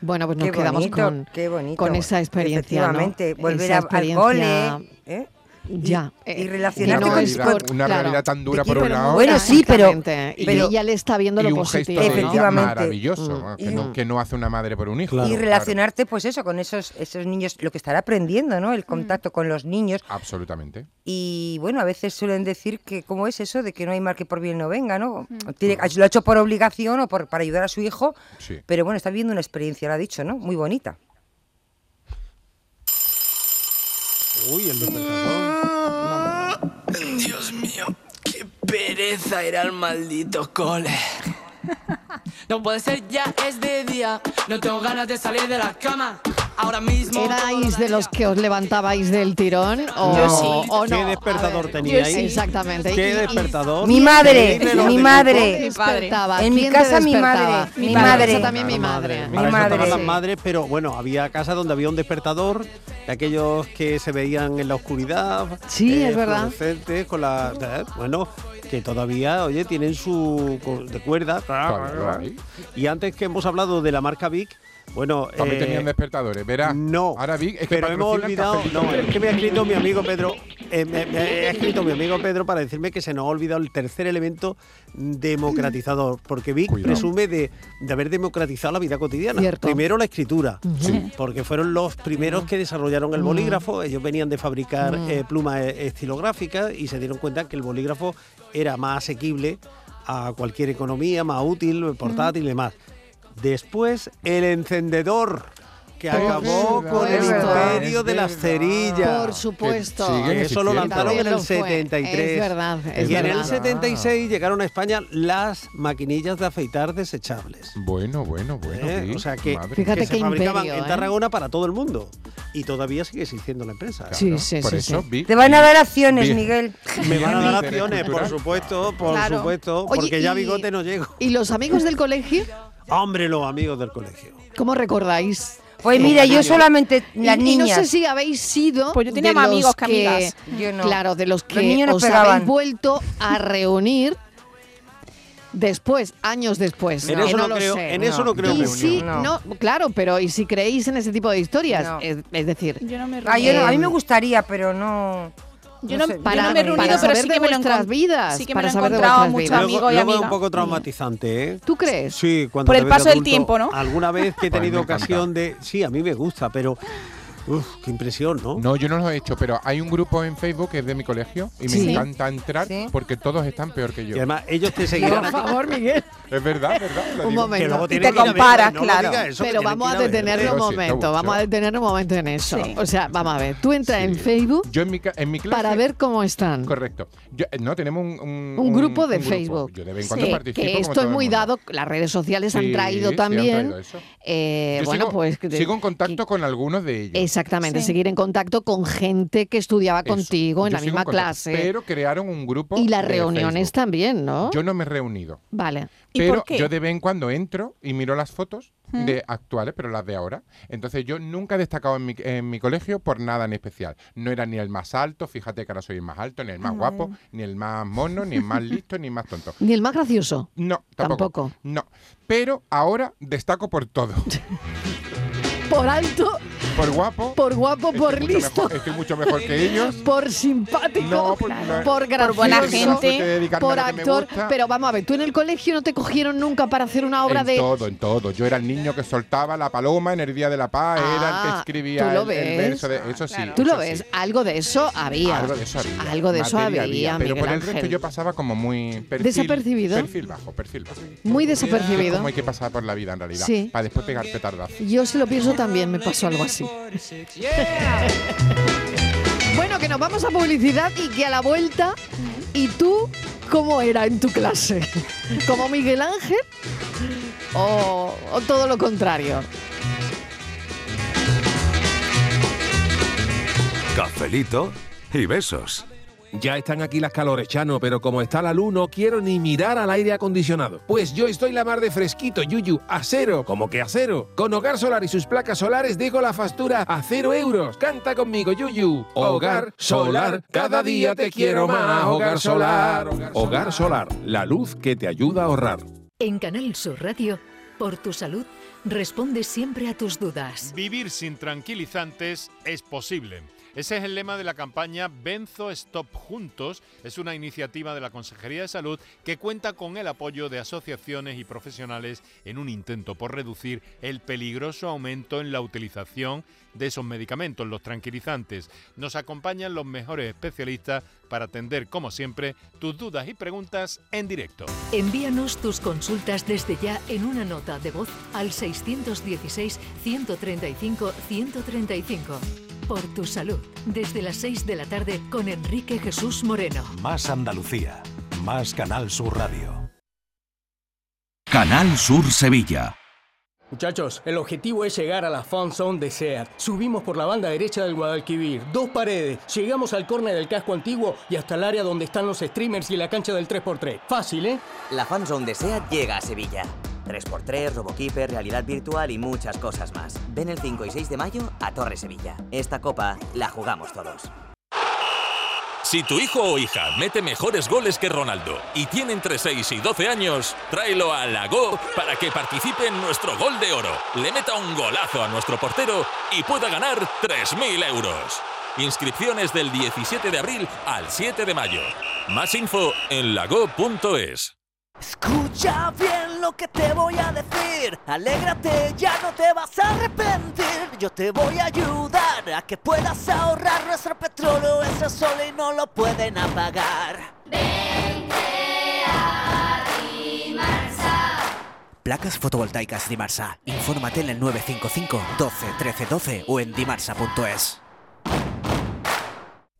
Bueno, pues nos Qué quedamos bonito, con, qué bonito. con esa experiencia. ¿no? Efectivamente, volver Esa a- al experiencia- cole, ¿eh? Y- Ya. y eh, que relacionarte con- es Realidad- una realidad tan dura por un lado. Bueno, sí, pero, Exactamente, y pero- ella le está viendo y lo un positivo. gesto de ¿no? ella maravilloso ¿no? que, no, que no hace una madre por un hijo y Claro. relacionarte, pues eso, con esos, esos niños, lo que estará aprendiendo, ¿no? Mm. El contacto con los niños. absolutamente Y bueno, a veces suelen decir que, ¿cómo es eso de que no hay mal que por bien no venga, ¿no? Mm. Tiene- lo ha hecho por obligación o por, para ayudar a su hijo, Sí. pero bueno, está viviendo una experiencia, lo ha dicho, ¿no? Muy bonita. Uy, el Dios mío, qué pereza ir al maldito cole. No puede ser, ya es de día. No tengo ganas de salir de la cama. Ahora mismo. ¿Erais de los que os levantabais del tirón o, Yo sí. o ¿Qué no? despertador A ver, teníais? yo sí. Exactamente. ¿Qué Y- y- despertador? Mi madre, Increíble los mi del madre. grupo. Despertaba. En mi ¿Quién te casa, mi despertaba? madre, Ah, mi Bueno, madre. Eso también mi madre. Para eso estaban las Sí. madres, pero bueno, había casas donde había un despertador, de aquellos que se veían en la oscuridad. eh, Sí, es verdad. fluorescentes, Con la, eh, bueno, que todavía, oye, tienen su co- de cuerda. Y antes que hemos hablado de la marca Vic, bueno, eh, También tenían despertadores, verás. No. Ahora Vic es que pero hemos patrocinan olvidado. cafecito. No, es que me ha escrito mi amigo Pedro. eh, me, me ha escrito mi amigo Pedro para decirme que se nos ha olvidado el tercer elemento democratizador, porque Vic presume de, de haber democratizado la vida cotidiana. Cierto. Primero la escritura, Sí. porque fueron los primeros que desarrollaron el Mm. bolígrafo. Ellos venían de fabricar Mm. eh, plumas eh, estilográficas y se dieron cuenta que el bolígrafo era más asequible a cualquier economía, más útil, portátil y demás. Después el encendedor que Oh, Por acabó con el supuesto. imperio Es de las cerillas. Por supuesto. Que siguen Eso lo existiendo. lanzaron en También el lo fue. 73. Es verdad, es y en verdad. el 76 llegaron a España las maquinillas de afeitar desechables. Bueno, bueno, bueno. ¿Eh? Vic, O sea que, madre mía. que se fabricaban ¿eh? en Tarragona para todo el mundo. Y todavía sigue existiendo la empresa. Sí, Claro, sí, por sí, eso, sí. Vic- Te van a dar acciones, Vic- Miguel. Me van a dar Vic- acciones, por Cultural. supuesto, por Claro. supuesto, Oye, porque ya y- bigote no llego. ¿Y los amigos del colegio? Hombre, los amigos del colegio. ¿Cómo recordáis? Pues Eh, mira, yo años? solamente Y- las Y no niñas. sé si habéis sido. Pues yo tenía de más los amigos que amigas. Yo no. Claro, de los Los que niños nos os pegaban. habéis vuelto a reunir después, años después. En que eso no lo creo- sé. en eso no creo Y que si- reunión. no, claro, pero y si creéis en ese tipo de historias, No. es, es decir, Ah, yo no- a mí me em, gustaría, pero no. Yo no- sé, yo no me he reunido, para pero saber sí de que me lo vuestras encon- vidas, sí que me lo para he saber de encontrado vuestras mucho vidas. Mm. Luego- amigo y Luego es amiga. un poco traumatizante, ¿eh? ¿Tú crees? Sí, cuando Por el te ves paso del adulto. tiempo, ¿no? Alguna vez que he Pues me tenido encanta. ocasión de. Sí, a mí me gusta, pero. Uf, qué impresión, ¿no? No, yo no lo he hecho, pero hay un grupo en Facebook que es de mi colegio y Sí. me encanta entrar porque todos están peor que yo. Y además, ellos te seguirán. a ti. Miguel. Es verdad, es verdad. lo Un digo. momento. Pero vamos a detenernos un momento, vamos a detenernos un momento en eso. Sí. O sea, vamos a ver, tú entras en Facebook Yo en mi, ca- en mi clase. para ver cómo están. Correcto. Yo- eh, no, tenemos un, un- Mm. Un grupo de un Facebook. Yo de vez en cuando Sí, participo. que como esto todo es el muy mundo. dado, las redes sociales han Sí, traído sí, han traído también. eso. eh, Yo bueno, sigo, pues. que- sigo en contacto con algunos de ellos. Exactamente, Sí. seguir en contacto con gente que estudiaba Eso. contigo en Yo la sigo misma contacto, clase. Pero crearon un grupo. y las de reuniones Facebook. también, ¿no? Yo no me he reunido. Vale. Pero yo de vez en cuando entro y miro las fotos Mm. de actuales, pero las de ahora. Entonces yo nunca he destacado en mi, en mi colegio por nada en especial. No era ni el más alto, fíjate que ahora soy el más alto, ni el más guapo, ni el más mono, ni el más listo, ni el más tonto. Ni el más gracioso. No, tampoco. Tampoco. No. Pero ahora destaco por todo. Por alto, por guapo. por guapo, por mucho listo. mejor- estoy mucho mejor que ellos. Por simpático, no. por gracioso, Por buena gente. Porque dedicarme por a lo que me actor. gusta. Pero vamos a ver, tú en el colegio no te cogieron nunca para hacer una obra en de. todo, en todo. Yo era el niño que soltaba la paloma en el Día de la Paz, era el Ah, que escribía ¿tú lo el- el, ves? verso de eso sí. Tú lo eso sí. ves, algo de eso había. Algo de eso había. Algo de eso Materia había, pero Miguel por el resto Ángel. yo pasaba como muy perfil- ¿Desapercibido? Perfil bajo, perfil bajo. Muy Es desapercibido. como hay que pasar por la vida en realidad, Sí. para después pegar petardazos. Yo si lo pienso también me pasó algo así. bueno, que nos vamos a publicidad y que a la vuelta, ¿y tú cómo era en tu clase? ¿Como Miguel Ángel? ¿O, o todo lo contrario? Cafelito y besos. Ya están aquí las calores, Chano, pero como está la luz no quiero ni mirar al aire acondicionado. Pues yo estoy la mar de fresquito, Yuyu, a cero. ¿Cómo que a cero? Con Hogar Solar y sus placas solares dejo la factura a cero euros. Canta conmigo, Yuyu. Hogar Solar, cada día te quiero más. Hogar Solar. Hogar Solar, la luz que te ayuda a ahorrar. En Canal Sur Radio, por tu salud, responde siempre a tus dudas. Vivir sin tranquilizantes es posible. Ese es el lema de la campaña Benzo Stop Juntos. Es una iniciativa de la Consejería de Salud que cuenta con el apoyo de asociaciones y profesionales en un intento por reducir el peligroso aumento en la utilización de esos medicamentos, los tranquilizantes. Nos acompañan los mejores especialistas para atender, como siempre, tus dudas y preguntas en directo. Envíanos tus consultas desde ya en una nota de voz al 616-135-135. Por tu salud, desde las 6 de la tarde con Enrique Jesús Moreno. Más Andalucía. Más Canal Sur Radio. Canal Sur Sevilla. Muchachos, el objetivo es llegar a la Fan Zone de SEAT. Subimos por la banda derecha del Guadalquivir, dos paredes, llegamos al córner del casco antiguo y hasta el área donde están los streamers y la cancha del 3x3. Fácil, ¿eh? La fanzone de SEAT llega a Sevilla. 3x3, Robokeeper, realidad virtual y muchas cosas más. Ven el 5 y 6 de mayo a Torre Sevilla. Esta copa la jugamos todos. Si tu hijo o hija mete mejores goles que Ronaldo y tiene entre 6 y 12 años, tráelo a la Go para que participe en nuestro gol de oro, le meta un golazo a nuestro portero y pueda ganar 3.000 euros. Inscripciones del 17 de abril al 7 de mayo. Más info en lago.es. Escucha bien lo que te voy a decir. Alégrate, ya no te vas a arrepentir. Yo te voy a ayudar a que puedas ahorrar nuestro petróleo. Ese sol y no lo pueden apagar. Placas fotovoltaicas Dimarsa. Infórmate en el 955 12 13 12 o en dimarsa.es.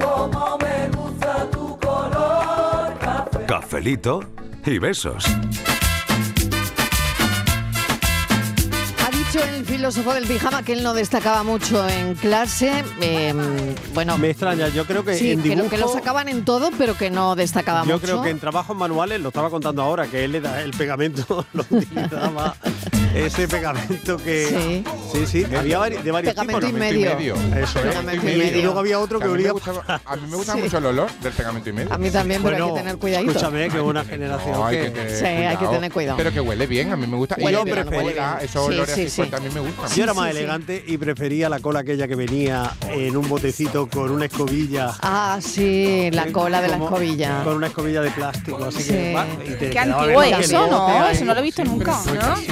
Como me gusta tu color café. Cafelito y besos. Ha dicho el filósofo del pijama que él no destacaba mucho en clase. eh, bueno, Me extraña, yo creo que sí, en que, lo- dibujo... que lo sacaban en todo, pero que no destacaba Yo mucho. creo que en trabajos manuales, lo estaba contando ahora, que él le da el pegamento, lo utilizaba ese pegamento que. Sí, sí, había vari- de varios Pegamento tipos. y Pegamento y medio. medio. Eso es. Pegamento y Y medio. luego había otro que A mí me olía. gustaba- a mí me gusta Sí. mucho el olor del pegamento y medio. A mí también, pero hay que tener cuidadito. Escúchame, que una generación No, hay que- que tener Sí, hay que cuidado. tener cuidado. Pero que huele bien, a mí me gusta. Huele y bien, pero huele cola, bien. esos Sí, olores sí, así, sí. pues, también me gustan. Yo era más elegante y prefería la cola aquella que venía en un botecito con una escobilla. Ah, sí, la cola de la Como- escobilla. Con una escobilla de plástico, así que. Sí. va, y te Qué quedaba antiguo en el eso, bote ¿no? ahí. Ah, Eso no lo he visto nunca.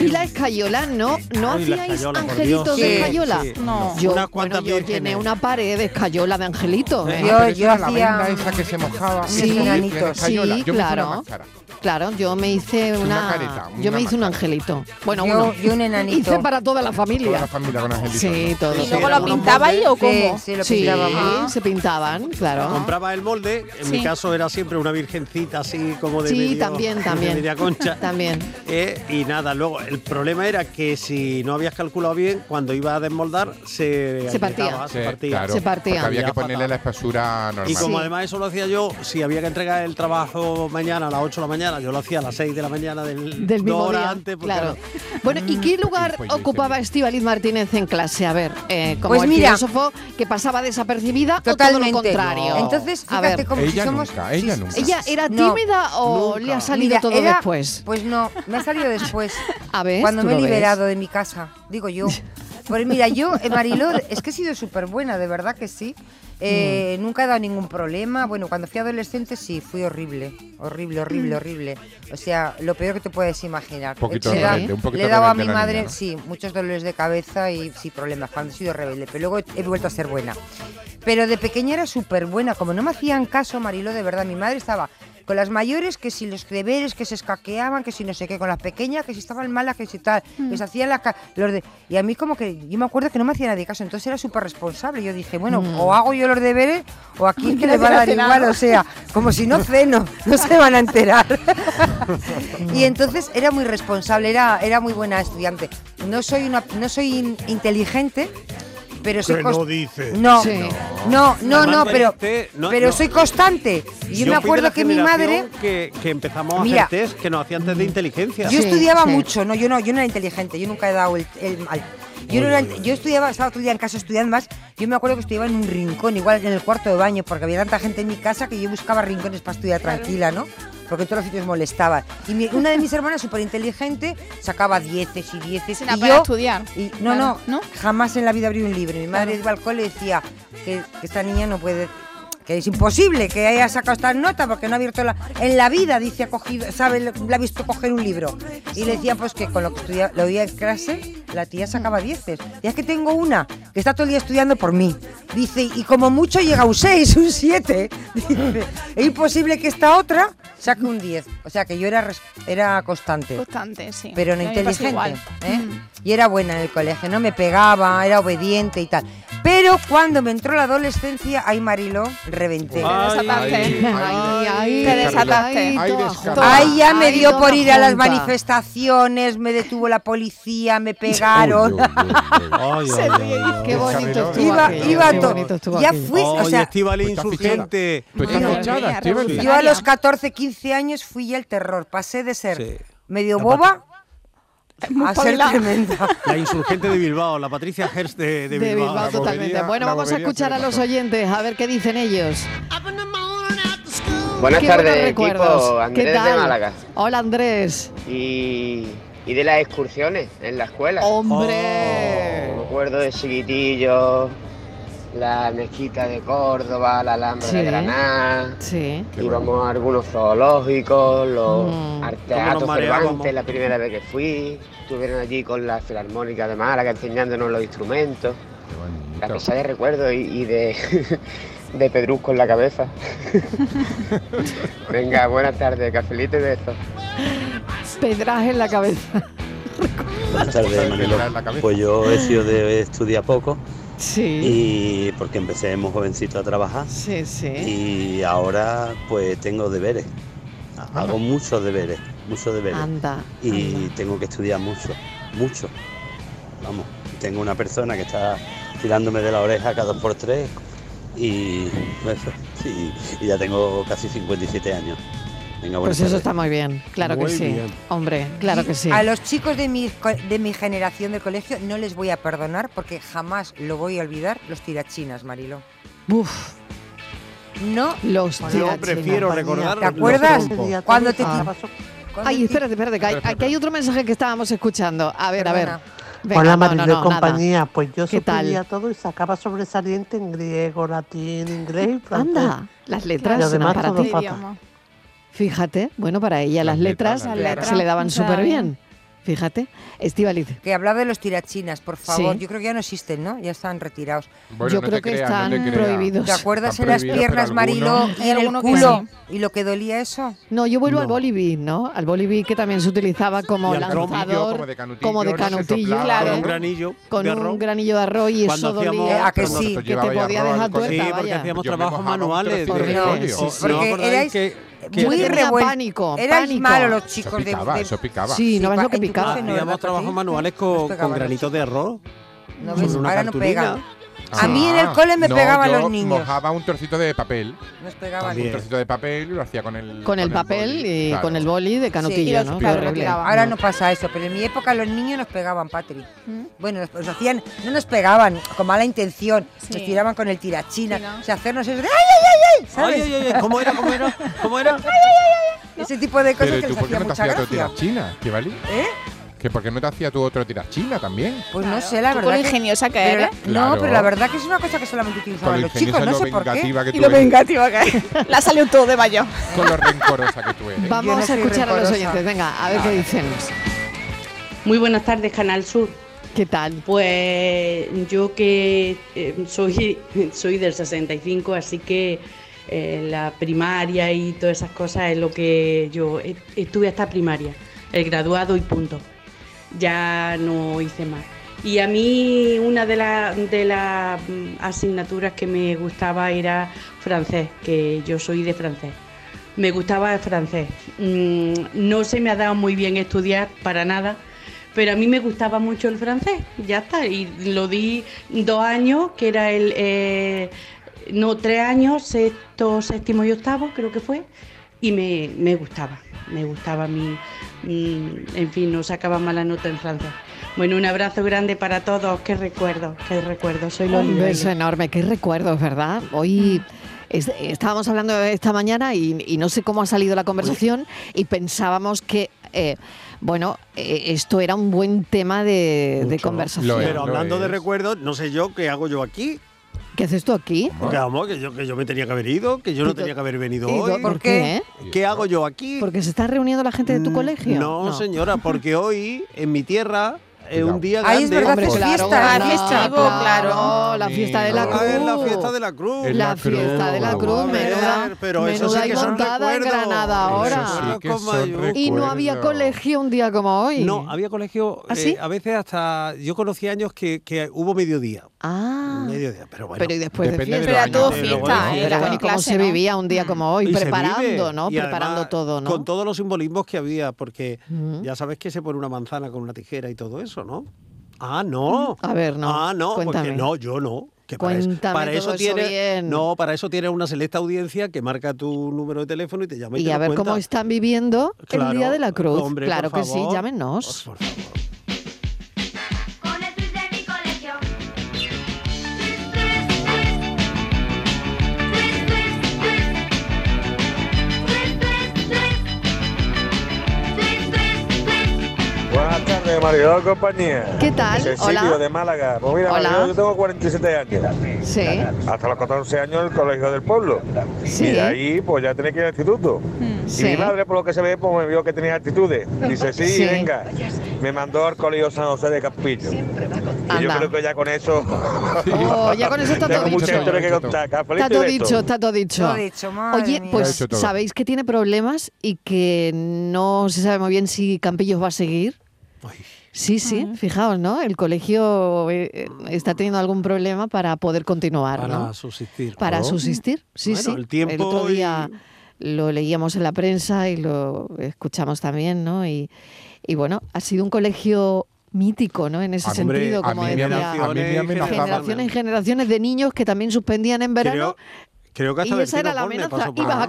Y la escayola, ¿no? ¿No Ay, la hacíais escayola, por angelitos Dios. de Sí, escayola? sí. No. No. Yo, Unas cuantas bueno, yo vírgenes. llené una pared de escayola de angelitos. ¿eh? Ah, pero eso era la venda esa que se mojaba. Sí, la sí, escayola. Yo me hice una claro. máscara. Claro, yo me hice una, careta, yo una me hice un angelito. Bueno, Yo- uno. yo un enanito. Hice para toda la familia. Toda la familia con angelitos. Sí, todo. ¿Y luego lo pintaba ahí ahí o cómo? Sí, Sí, Ah. se pintaban, claro. Compraba el molde, en mi Sí. caso era siempre una virgencita así como de Sí, medio- también, de también. media concha. También. Eh, y nada, luego el problema era que si no habías calculado bien, cuando iba a desmoldar se, Se partía. alejaba, se Sí, partía. claro, porque había que ponerle la espesura normal. Y como además eso lo hacía yo, si había que entregar el trabajo mañana a las 8 de la mañana, yo lo hacía a las 6 de la mañana del, Del mismo dos horas día, antes. porque claro. Bueno, ¿y qué lugar Pues yo hice ocupaba Estivaliz Martínez en clase? A ver, eh, como Pues el mira, filósofo que pasaba desapercibida o Totalmente. todo lo contrario. Entonces, A fíjate ver. cómo si Ella somos. nunca, ella nunca. ¿Ella era No, tímida o le ha salido Mira, todo era- después? Pues no, me ha salido después. A ver, Cuando ¿tú me he lo ves? liberado de mi casa, digo yo. Pues mira, yo, eh, Mariló, es que he sido súper buena, de verdad que sí. Eh, Mm. Nunca he dado ningún problema. Bueno, cuando fui adolescente sí, fui horrible. Horrible, horrible, Mm. horrible. O sea, lo peor que te puedes imaginar. Poquito Eh, le da- rebelde, un poquito Le he dado a rebelde mi la niña, madre, ¿no? sí, muchos dolores de cabeza y sí, problemas. Cuando he sido rebelde, pero luego he vuelto a ser buena. Pero de pequeña era súper buena. Como no me hacían caso, Marilo, de verdad, mi madre estaba Con las mayores, que si los deberes, que se escaqueaban, que si no sé qué. Con las pequeñas, que si estaban malas, que si tal. Mm. Les hacían las... ca- Los de... Y a mí como que... Yo me acuerdo que no me hacía nadie caso. Entonces era súper responsable. Yo dije, bueno, Mm. o hago yo los deberes o aquí es que Nadie les va a dar hace nada. igual. O sea, como si no ceno. No se van a enterar. Mm. Y entonces era muy responsable, era, era muy buena estudiante. No soy una, no soy in- inteligente, pero soy Que cons- no dice. No, Sí. no, no, no, Además, pero, dice, no, pero no. soy constante. Y fui de yo, me la acuerdo que mi madre, generación Que, que empezamos Mira. a hacer test que nos hacían test de inteligencia. yo estudiaba mucho, no, yo no, yo no era inteligente, yo nunca he dado el, el mal. Yo, no Uy, era- uy, uy. yo estudiaba, estaba todo el día en casa estudiando más. Yo me acuerdo que estudiaba en un rincón, igual que en el cuarto de baño, porque había tanta gente en mi casa que yo buscaba rincones para estudiar tranquila, ¿no? Porque en todos los sitios molestaban. Y mi- una de mis hermanas, súper inteligente, sacaba dieces y dieces. Era y para yo- estudiar. y- no, Claro, no, jamás en la vida abrí un libro. Mi madre Claro. iba al cole y decía que, que esta niña no puede, que es imposible que haya sacado estas notas porque no ha abierto la. En la vida, dice, ha cogido, sabe, la ha visto coger un libro. Y le decía, pues que con lo que estudia, lo oía en clase, la tía sacaba dieces. Y es que tengo una que está todo el día estudiando por mí. Dice, y como mucho llega a un 6, un 7. Dice, es imposible que esta otra saque un 10. O sea que yo era, res- era constante. Constante, sí. Pero no A mí me pasa inteligente. igual. ¿eh? Mm. Y era buena en el colegio, no me pegaba, era obediente y tal. Pero cuando me entró la adolescencia, ahí Marilo, reventé. Ay, desataste. ¿eh? ay, ay, ay, Te desataste. ay, Ahí, toda junta. ya me Ay, dio toda por ir a las junta. manifestaciones, me detuvo la policía, me pegaron. Se ríe. Qué bonito estuvo Iba, aquello, iba qué todo. bonito estuvo Ya aquello. fui, o Oye, sea, Estivali Tú estás fichada. Pues insurgente. Tú estás Madre fichada, mía, Estivali. Yo a los 14, 15 años fui ya el terror. Pasé de ser Sí. medio La boba a ser espabilada. tremenda. La insurgente de Bilbao, la Patricia Herz de, de De Bilbao. Bilbao, totalmente. Bueno, vamos a escuchar a los oyentes, a ver qué dicen ellos. Buenas Qué buenos tardes, recuerdos. equipo. ¿Qué Andrés de tal? Málaga. Hola, Andrés. Y, y de las excursiones en la escuela. Oh. ¡Hombre! Me acuerdo de Chiquitillo, la mezquita de Córdoba, la Alhambra Sí. de Granada. Sí. Íbamos a algunos zoológicos, los Mm. al Teatro Teatro Cervantes, Cervantes. la primera vez que fui. Estuvieron allí con la Filarmónica de Málaga enseñándonos los instrumentos. La cosa de recuerdo y, y de, de pedrusco en la cabeza. Venga, buenas tardes, cafelito y besos. Pedraje en la cabeza. Buenas tardes, Manolo. Pues yo he sido de estudiar poco. Sí. Y porque empecé muy jovencito a trabajar. Sí, sí. Y ahora pues tengo deberes. Hago muchos deberes, muchos deberes. Ah. Anda. y tengo que estudiar mucho, mucho. Vamos, tengo una persona que está tirándome de la oreja cada dos por tres y, eso, y, y ya tengo casi 57 años. Venga, buenas Pues eso tardes. está muy bien, claro Muy que sí. bien. Hombre, claro que sí. A los chicos de mi, co- de mi generación de colegio no les voy a perdonar porque jamás lo voy a olvidar los tirachinas, Marilo. Uf. No. Los Yo tirachinas, prefiero madre mía. recordar ¿Te acuerdas cuando te Ah. Ay, espérate, espérate, que hay- aquí hay otro mensaje que estábamos escuchando. A ver, a ver. Venga, no, Hola no, Marilo no, nada. compañía, pues yo ¿Qué tal? suspendía todo y sacaba sobresaliente en griego, latín, inglés y francés. Anda, las letras y eran además para todo ti. fatal. Fíjate, bueno, para ella las, letras, letras, las letras. se le daban Claro. súper bien. Fíjate, Estivaliz. Que hablaba de los tirachinas, por favor. Sí. Yo creo que ya no existen, ¿no? Ya están retirados. Bueno, Yo no creo te que creas, no están te creas. prohibidos. ¿Te acuerdas Están en las prohibidos, piernas, pero algunos- Marilo, y en Hay el alguno que culo? ¿Y lo que dolía eso? No, yo vuelvo No. al boliví, ¿no? Al boliví que también se utilizaba como Y al lanzador, canutillo, como de canutillo, como de no se canutillo, soplaba, claro, con un ¿no? granillo con de un arroz. granillo de arroz y eso Cuando hacíamos- dolía, ¿A que sí? Ah, que te Cuando llevaba podía arroz dejar al colegio. tuerta, Sí, vaya. porque hacíamos Yo me trabajos mojaba un manuales. trocito de ¿no? folio. O- Sí, ¿no sí. os acordáis erais que- que- muy que- revueltos. pánico, Eran pánico. malos los Eso chicos de- picaba, de. eso picaba. Sí, no ves pa- lo que en tu picaba. clase no, Hacíamos ¿verdad, trabajos Patricia? manuales con, con granitos de arroz. No con ves, una ahora no cartulina. pegan. Ah. A mí en el cole me No, pegaban yo los niños. Mojaba un trocito de papel. Nos pegaban. Un trocito de papel y lo hacía con el. con el papel boli, y claro. con el boli de Sí, canutillo, los- ¿no? Qué claro, horrible. pegaban. Ahora no pasa eso, pero en mi época los niños nos pegaban, Patri. ¿Mm? Bueno, nos, nos hacían, no nos pegaban con mala intención, nos tiraaban con el tirachina. O sea, hacernos eso de ¡ay, ay, ay! ay! ¿Sabes? Ay, ay, ay, ay, ¿cómo era, cómo era? ¿Cómo era? Ese tipo de cosas Pero que tú, les ¿por qué hacía no te mucha hacías tu gracia. tirachina, Estivali? ¿Eh? ¿Que por qué no te hacía tu otro tirachina también? Pues no sé, la Tú con verdad. lo ingeniosa que pero la- eres. No, Claro. pero la verdad que es una cosa que solamente utilizaban Con lo los chicos, ingeniosa no y lo sé por qué. vengativa que Y tú lo eres. vengativa que La salió todo de mayo. Pues Con lo rencorosa que tú eres. Vamos a escuchar a los rencorosa. oyentes, venga, a ver qué dicen. Muy buenas tardes, Canal Sur. ¿Qué tal? Pues yo que eh, soy, soy del 65, así que eh, la primaria y todas esas cosas es lo que yo eh, estuve hasta primaria, el graduado y punto. Ya no hice más. Y a mí una de, la- de las mm, asignaturas que me gustaba era francés, que yo soy de francés. Me gustaba el francés. Mm, No se me ha dado muy bien estudiar para nada, pero a mí me gustaba mucho el francés, ya está. Y lo di dos años, que era el... eh, no, tres años, sexto, séptimo y octavo, creo que fue, y me, me gustaba, me gustaba mi, mm, en fin, no sacaba mala nota en francés. Bueno, un abrazo grande para todos, qué recuerdo, qué recuerdo, soy Loli. Un beso Reyes. enorme, qué recuerdos, ¿verdad? Hoy es- estábamos hablando esta mañana y, y no sé cómo ha salido la conversación y pensábamos que, eh, bueno, eh, esto era un buen tema de, de conversación. Pero hablando de recuerdos, no sé yo qué hago yo aquí. ¿Qué haces tú aquí? Porque, vamos, que yo, que yo me tenía que haber ido, que yo no tenía que haber venido y do- hoy. ¿por ¿Por qué? ¿Qué hago yo aquí? Mm, Porque se está reuniendo la gente de tu colegio. No, señora, porque hoy en mi tierra es un día grande. Ahí es verdad, es fiesta, la es fiesta. Claro, la fiesta de la Ah, es la cruz. fiesta de la cruz. La La cruz. fiesta de la cruz, Vamos a ver, menuda- Pero eso menuda sí que son montada en recuerdos. Granada ahora. y no había colegio un día como hoy. ¿Ah, No, había colegio eh, a veces hasta... Yo conocí años que, que hubo mediodía. Ah. Mediodía, pero bueno. Pero y después Pues de fiesta. Pero bueno, ¿cómo se ¿no? vivía un Mm. día como hoy? Y se preparando, vive, ¿no? y Preparando además, todo, ¿no? Con todos los simbolismos que había, porque ya sabes que se pone una manzana con una tijera y todo eso, ¿no? Ah, no. A ver, no. Ah, no, Cuéntame. porque no, yo no. Que para eso- Cuéntame para todo eso, eso tiene, bien. No, para eso tiene una selecta audiencia que marca tu número de teléfono y te llama y, Y te a lo ver cuenta. cómo están viviendo el Claro, Día de la Cruz. hombre, por claro que sí, favor. llámenos. Buenas tardes, Mariló y compañía. ¿Qué tal? Cecilio Hola. de Málaga. Pues mira, Hola. Mariló, yo tengo 47 años. Sí. Hasta los 14 años en el colegio del pueblo. Y de ahí, pues ya tenía que ir al instituto. Mm. Y Sí. mi madre, por lo que se ve, pues me vio que tenía actitudes. Dice, sí, Sí. venga. Me mandó al colegio San José de Campillo. Y yo Anda. creo que ya con eso. Oh, ya con eso está Tengo todo mucha dicho. historia que contar. Cafelito Está y todo besos. dicho, está todo dicho. Todo dicho, madre Oye, mía. pues Lo ha dicho todo. sabéis que tiene problemas y que no se sabe muy bien si Campillos va a seguir. Sí, sí, fijaos, ¿no? El colegio eh, eh, está teniendo algún problema para poder continuar, Para ¿no? subsistir. Para ¿no? subsistir, sí, Bueno, sí. el tiempo otro y- día lo leíamos en la prensa y lo escuchamos también, ¿no? Y, y bueno, ha sido un colegio mítico, ¿no? En ese Hombre, sentido, como a mí me decía, amenaz- a mí me amenazaban. generaciones y generaciones de niños que también suspendían en verano. Creo que hasta Y esa era Bertino la Borne amenaza, pasó por ibas ahí. a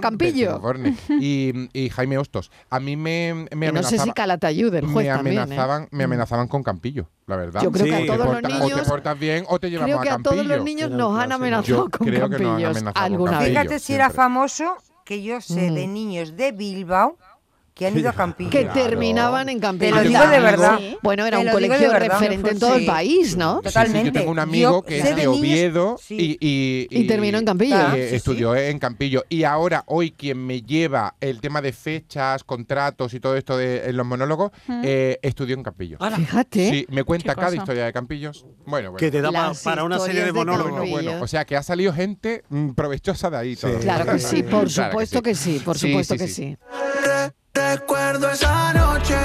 Bertino Campillo. Borne. Y, y Jaime Hostos. A mí me, me Que no sé amenazaban- si Calatayud, el juez me también, ¿eh? amenazaban, me amenazaban con Campillo, la verdad. Yo creo que a Sí. todos O te los portas- O niños- te portas bien o te llevamos Creo que a Campillo. todos los niños nos han Yo amenazado creo con que nos han Campillos amenazado con alguna vez. Mm. Campillo. Fíjate si era famoso que yo sé de niños de Bilbao que han ido a Campillo. que terminaban en Campillo. Te lo digo de verdad. Bueno, era Te un lo digo de colegio verdad. referente en todo el Sí. país, ¿no? Sí, sí, sí, yo tengo un amigo que es de Oviedo y, Y terminó en Campillo. y, Ah, eh, sí, sí. estudió en Campillo. Y ahora, hoy, quien me lleva el tema de fechas, contratos y todo esto de en los monólogos, Mm. eh, estudió en Campillo. Fíjate. Sí, me cuenta Qué cada cosa. historia de Campillos. Bueno, bueno. Que te da pa- Las para una serie de historias de monólogos. Bueno, bueno. Campillo. O sea, que ha salido gente mm, provechosa de ahí. todo. Claro que sí, por Claro supuesto que sí, por Sí, supuesto sí, que sí. sí. Recuerdo esa noche,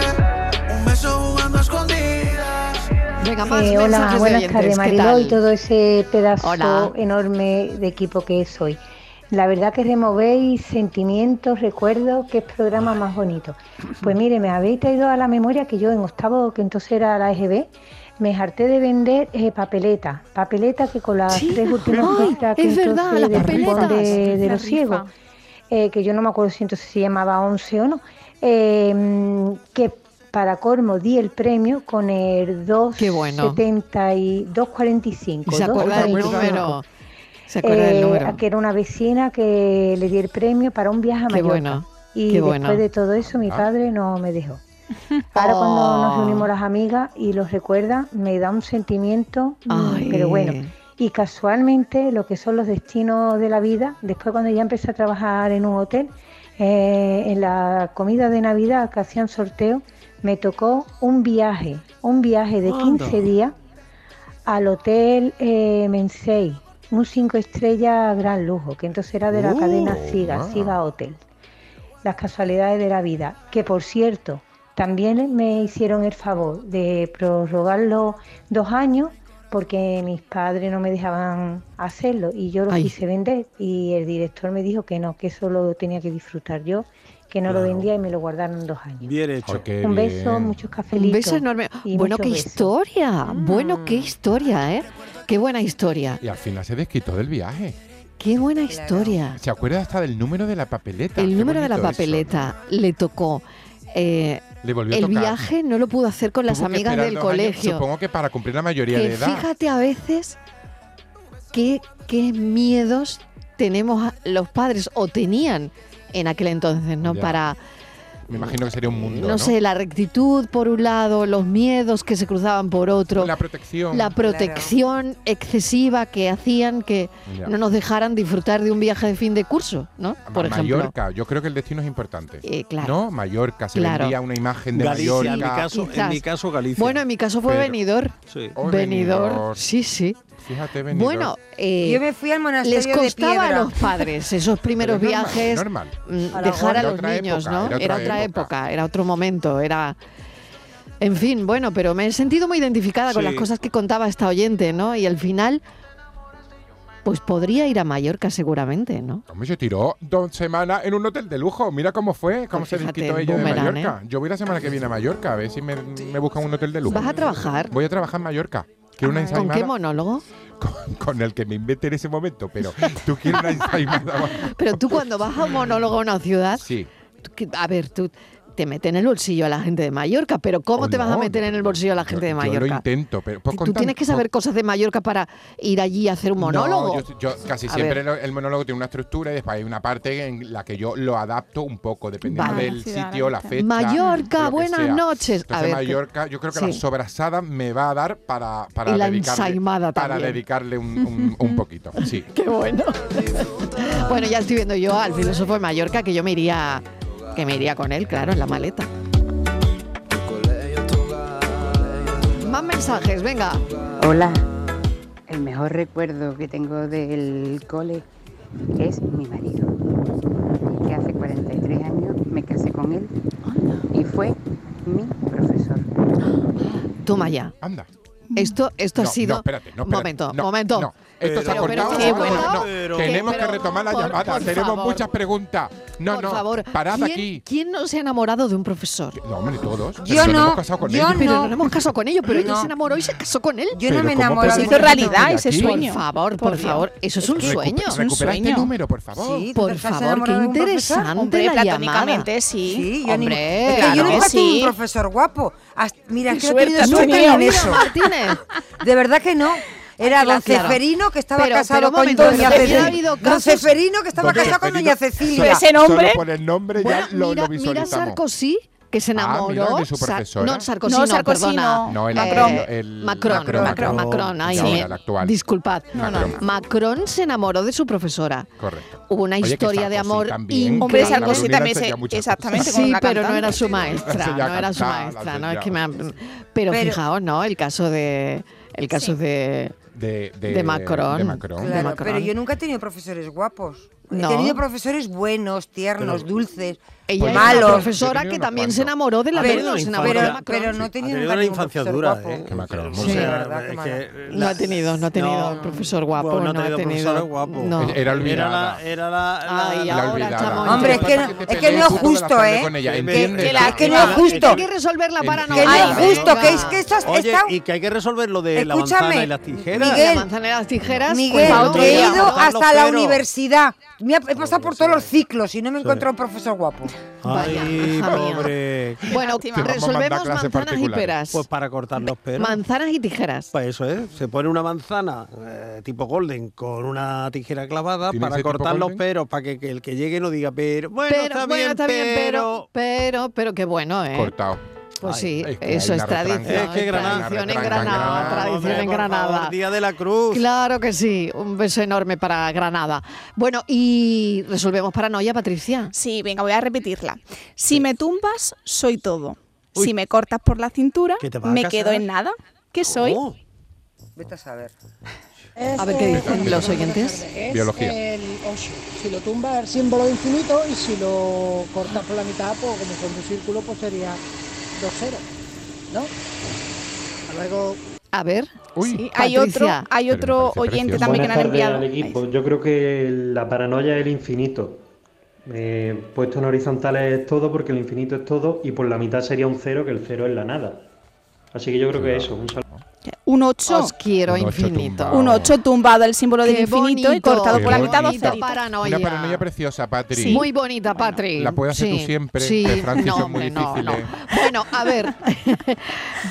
un beso jugando a escondidas. Venga, Eh, hola, buenas tardes, Mariló y todo ese pedazo Hola. enorme de equipo que es hoy. La verdad que removéis sentimientos, recuerdos, qué programa más bonito. Pues mire, me habéis traído a la memoria que yo en octavo, que entonces era la EGB, me harté de vender eh, papeleta. Papeleta que con las tres últimas Ay, cositas que es verdad, entonces las del rincón papeletas. de, de La los rifa. ciegos eh, que yo no me acuerdo si entonces se llamaba 11 o no, eh, que para Cormo di el premio con el 2,75. bueno. 2,45. Se acuerda del 2,45. número. Se acuerda del Eh, número. a que era una vecina que le di el premio para un viaje a Qué Mallorca. bueno, Y qué después bueno. de todo eso, mi Ah. padre no me dejó. Ahora cuando nos Oh. reunimos las amigas y los recuerda, me da un sentimiento, mm, Ay. pero bueno. Y casualmente lo que son los destinos de la vida, después cuando ya empecé a trabajar en un hotel, eh, en la comida de Navidad que hacían sorteo, me tocó un viaje, un viaje de Anda. 15 días al Hotel eh, Mensei, un cinco estrellas gran lujo, que entonces era de la Uh, cadena Siga, wow. Siga Hotel. Las casualidades de la vida, que por cierto, también me hicieron el favor de prorrogarlo dos años porque mis padres no me dejaban hacerlo y yo lo Ay. quise vender y el director me dijo que no, que eso lo tenía que disfrutar yo, que no lo Claro. vendía y me lo guardaron dos años. Bien hecho. Un beso, muchos cafelitos. Un beso enorme. y Bueno, muchos qué besos. historia. ¿eh? Bueno, Ah. qué historia, ¿eh? Qué buena historia. Y al final se desquitó del viaje. Qué buena historia. Se acuerda hasta del número de la papeleta. Qué El número de la bonito eso. papeleta le tocó. eh, Le volvió a el tocar. viaje no lo pudo hacer con las Tuvo que amigas esperar del dos años, colegio. supongo que para cumplir la mayoría que de edad. fíjate a veces qué, qué miedos tenemos a- los padres o tenían en aquel entonces, ¿no? Ya. Para, Me imagino que sería un mundo. no, sé, la rectitud por un lado, los miedos que se cruzaban por otro. La protección. La protección excesiva que hacían que Ya. no nos dejaran disfrutar de un viaje de fin de curso, ¿no? Ma- Por ejemplo. Mallorca, yo creo que el destino es importante. Eh, claro. ¿No? Mallorca, se Claro. vendía una imagen de Galicia, Mallorca. en mi caso- en Quizás. mi caso, Galicia. Bueno, en mi caso fue Pero- venidor. Sí. Oh, venidor. Benidorm. sí, sí. Fíjate, Benidorm. Bueno, eh, Yo me fui al monasterio les de costaba piedra. a los padres esos primeros Pero es normal, viajes normal. mm, dejar A la hora. a Era los otra niños, época, ¿no? era otra Era otra época. época, era otro momento, era en fin, bueno, pero me he sentido muy identificada con Sí. las cosas que contaba esta oyente, ¿no? Y al final pues podría ir a Mallorca seguramente, ¿no? Hombre, se tiró dos semanas en un hotel de lujo. Mira cómo fue, cómo Pues se fíjate, desquitó ella de boomerang, ¿eh? Mallorca. Yo voy la semana que viene a Mallorca, a ver si me, me buscan un hotel de lujo. ¿Vas a trabajar? Ah, Voy a trabajar en Mallorca. Quiero una ¿Con qué ensaimada monólogo? con el que me invente en ese momento, pero tú quieres una ensaimada. Pero tú cuando vas a un monólogo a una ciudad, Sí. tú que- a ver, tú te metes en el bolsillo a la gente de Mallorca, pero ¿cómo Oh, te vas a no, meter en el bolsillo a la gente de Yo lo Mallorca? intento, pero pues, Tú con tan- tienes que saber cosas de Mallorca para ir allí a hacer un monólogo. No, yo, yo casi A siempre ver. lo- el monólogo tiene una estructura y después hay una parte en la que yo lo adapto un poco, dependiendo Vale. del sitio, la fecha. Mallorca, lo que buenas sea. noches. A Entonces, ver, que- Mallorca, yo creo que la sí. sobrasada me va a dar para, para Y la dedicarle, ensaimada para también. dedicarle un, un- un poquito. Sí. Qué bueno. bueno, ya estoy viendo yo al filósofo de Mallorca que yo me iría, que me iría con él, claro, en la maleta. Más mensajes, venga. Hola, el mejor recuerdo que tengo del cole es mi marido, que hace 43 años me casé con él y fue mi profesor. Toma ya. Anda. Esto, esto ha No, sido. no, espérate, no, espérate. momento, No, momento. no. Esto se ha Pero- pero cortado. qué no, bueno. no, Tenemos que retomar la por- llamada. por Tenemos favor. muchas preguntas. No, Por no. favor, Parad ¿quién, aquí. ¿Quién no se ha enamorado de un profesor? No, hombre, todos. Yo Pero nos no, hemos casado con ellos. Pero no nos hemos casado con ellos, pero ella No. se enamoró y se casó con él. Yo no Pero me ¿cómo enamoré podemos de hizo un profesor de aquí? Por favor, por, favor. Eso es un Recu- sueño. Es un recupera este sueño. número, por favor. Sí, por ¿estás favor, qué enamorado de un profesor? interesante Hombre, la platónicamente, llamada. sí. Sí, yo Hombre, ni- es que claro yo nunca que tuve sí. un profesor guapo. Hasta- mira, Qué es que no he tenido suerte has suerte tenido, en eso. Martínez. De verdad que no. Era Claro, don claro. Ceferino que estaba Pero- casado pero un con momento, doña pero también ha Cecilia. habido Don casos- Ceferino que estaba Don casado con Ceferino, doña Cecilia. solo- Solo por el nombre ya lo, mira, lo mira visualizamos. Sarkozy, que se Ah, enamoró. mira, de su Sa- profesora. no, Sarkozy, No, no, Sarkozy perdona. no. No, Eh, el- Macron. el- el- Macron, Macron, Macron, Macron, Macron. ay, Sí, ahora, me- el actual. Disculpad. No, no, no. Macron se enamoró de su profesora. Correcto. Hubo una Oye, que historia de Sarkozy amor también, increíble. Hombre, Carla Sarkozy Brunina también se- enseña muchas exactamente, cosas. como Sí, una pero no cantante. era su maestra, Enseña a no era su cantar, la maestra, no enseña. es que me han- pero, Pero- fijaos, ¿no? El caso de el caso de De, de, de Macron. de Macron. De Claro, Macron. pero yo nunca he tenido profesores guapos. No. He tenido profesores buenos, tiernos, dulces, Ella es malos. una profesora que también se enamoró de la Pero- Macron, se pero- enamoró de pero- Macron. pero no he tenido Ha tenido nunca una ningún infancia profesor dura, guapo. ¿eh? Que Macron, O muy sea, bien. verdad, qué es mala. que No ha tenido, no ha tenido profesor guapo, Bueno, no no ha ha tenido profesora guapo. no. Era olvidada. la- era la, la- Ay, la ahora olvidada. estamos Hombre, es que no, Te es que no peleas es toda la justo, tarde ¿eh? con ella, Que- ¿entiendes? que la- que no es justo. Hay que resolver la Que paranoia. no es justo, que es venga. que esto es- Oye, está... y que hay que resolver lo de la Escúchame, manzana y las tijeras. La Miguel. manzana de las tijeras. Miguel, pues, otro que he día, ido ¿no? hasta la Carlos Pero. universidad. Me ha- he pasado por todos los ciclos y no me encuentro un profesor guapo. Ay, hija mía. pobre. Bueno, Te vamos a mandar resolvemos clases manzanas y particulares. peras. Pues para cortar los peros. Manzanas y tijeras. Pues eso es, se pone una manzana eh, tipo golden con una tijera clavada ¿Tiene para ese tipo cortar los golden? peros, para que, que el que llegue no diga, pero bueno, pero, está, bueno, bien, está bien, pero, pero, pero qué bueno, ¿eh? Cortado. Pues Ay, sí, es que eso hay es una tradición. retranca. Es que Granada- tradición en retranca, Granada, Granada. tradición en Hombre, por Granada. favor, Día de la Cruz. Claro que sí, un beso enorme para Granada. Bueno, y resolvemos paranoia, Patricia. Sí, venga, voy a repetirla. Si me tumbas, soy todo. Si me cortas por la cintura, ¿Que te vas a me casar? quedo en nada. ¿Qué soy? Vete a saber. A ver qué dicen los oyentes. Es Biología. el ocho. Si lo tumba el símbolo de infinito y si lo cortas por la mitad, pues como con un círculo, pues sería 2 0 ¿No? Hasta Luego. A ver. Sí, hay otro, hay otro oyente también que Buenas nos han tardes enviado. al equipo. Yo creo que la paranoia es el infinito. Eh, puesto en horizontal es todo porque el infinito es todo y por la mitad sería un cero que el cero es la nada. Así que yo creo que eso, un saludo. Un 8. Os quiero infinito. Un 8 tumbado, el símbolo del Qué infinito y bonito, cortado por la qué mitad dos bonito. ceritos. Una paranoia preciosa, Patri. Sí. Muy bonita, Patri. La puedes hacer Sí, tú siempre, sí. que Francis No, son muy hombre, no, difíciles. Bueno, a ver,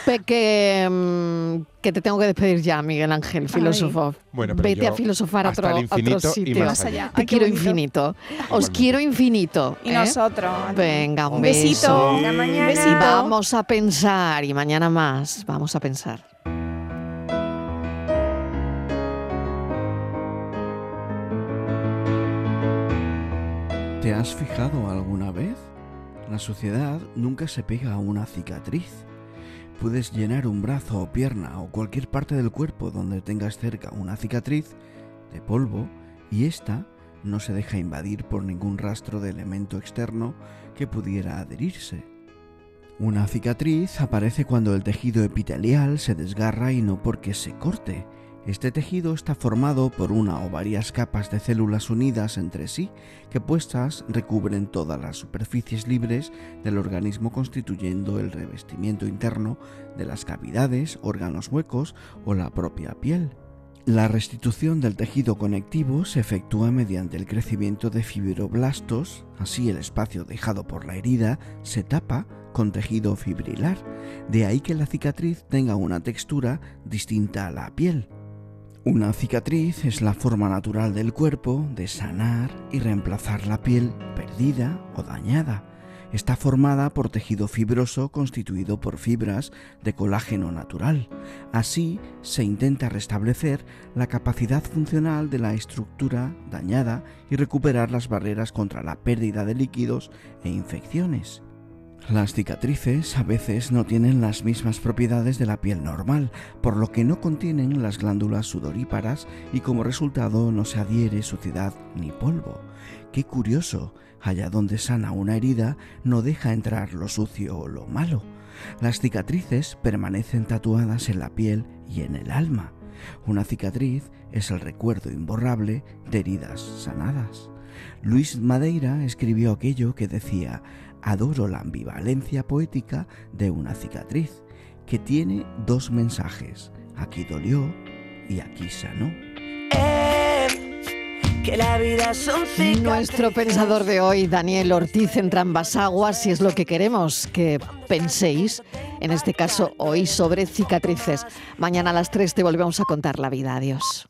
pe- que, mm, que te tengo que despedir ya, Miguel Ángel, filósofo. Bueno, pero Vete yo a filosofar a hasta otro, el a otro infinito y sitio. más allá. Te Ay, qué quiero bonito. infinito. Os quiero infinito. Y ¿eh? nosotros. Venga, un Un besito. beso. Hasta mañana. Y Vamos a pensar, y mañana más, vamos a pensar. ¿Te has fijado alguna vez? La suciedad nunca se pega a una cicatriz. Puedes llenar un brazo o pierna o cualquier parte del cuerpo donde tengas cerca una cicatriz de polvo y ésta no se deja invadir por ningún rastro de elemento externo que pudiera adherirse. Una cicatriz aparece cuando el tejido epitelial se desgarra y no porque se corte. Este tejido está formado por una o varias capas de células unidas entre sí que puestas recubren todas las superficies libres del organismo constituyendo el revestimiento interno de las cavidades, órganos huecos o la propia piel. La restitución del tejido conectivo se efectúa mediante el crecimiento de fibroblastos, así el espacio dejado por la herida se tapa con tejido fibrilar, de ahí que la cicatriz tenga una textura distinta a la piel. Una cicatriz es la forma natural del cuerpo de sanar y reemplazar la piel perdida o dañada. Está formada por tejido fibroso constituido por fibras de colágeno natural. Así se intenta restablecer la capacidad funcional de la estructura dañada y recuperar las barreras contra la pérdida de líquidos e infecciones. Las cicatrices a veces no tienen las mismas propiedades de la piel normal, por lo que no contienen las glándulas sudoríparas y como resultado no se adhiere suciedad ni polvo. Qué curioso, allá donde sana una herida no deja entrar lo sucio o lo malo. Las cicatrices permanecen tatuadas en la piel y en el alma. Una cicatriz es el recuerdo imborrable de heridas sanadas. Luis Madeira escribió aquello que decía, adoro la ambivalencia poética de una cicatriz, que tiene dos mensajes, aquí dolió y aquí sanó. Que la vida son cicatrices. Nuestro pensador de hoy, Daniel Ortiz, en Trambas Aguas, si es lo que queremos que penséis, en este caso hoy sobre cicatrices. Mañana a las 3 te volvemos a contar la vida. Adiós.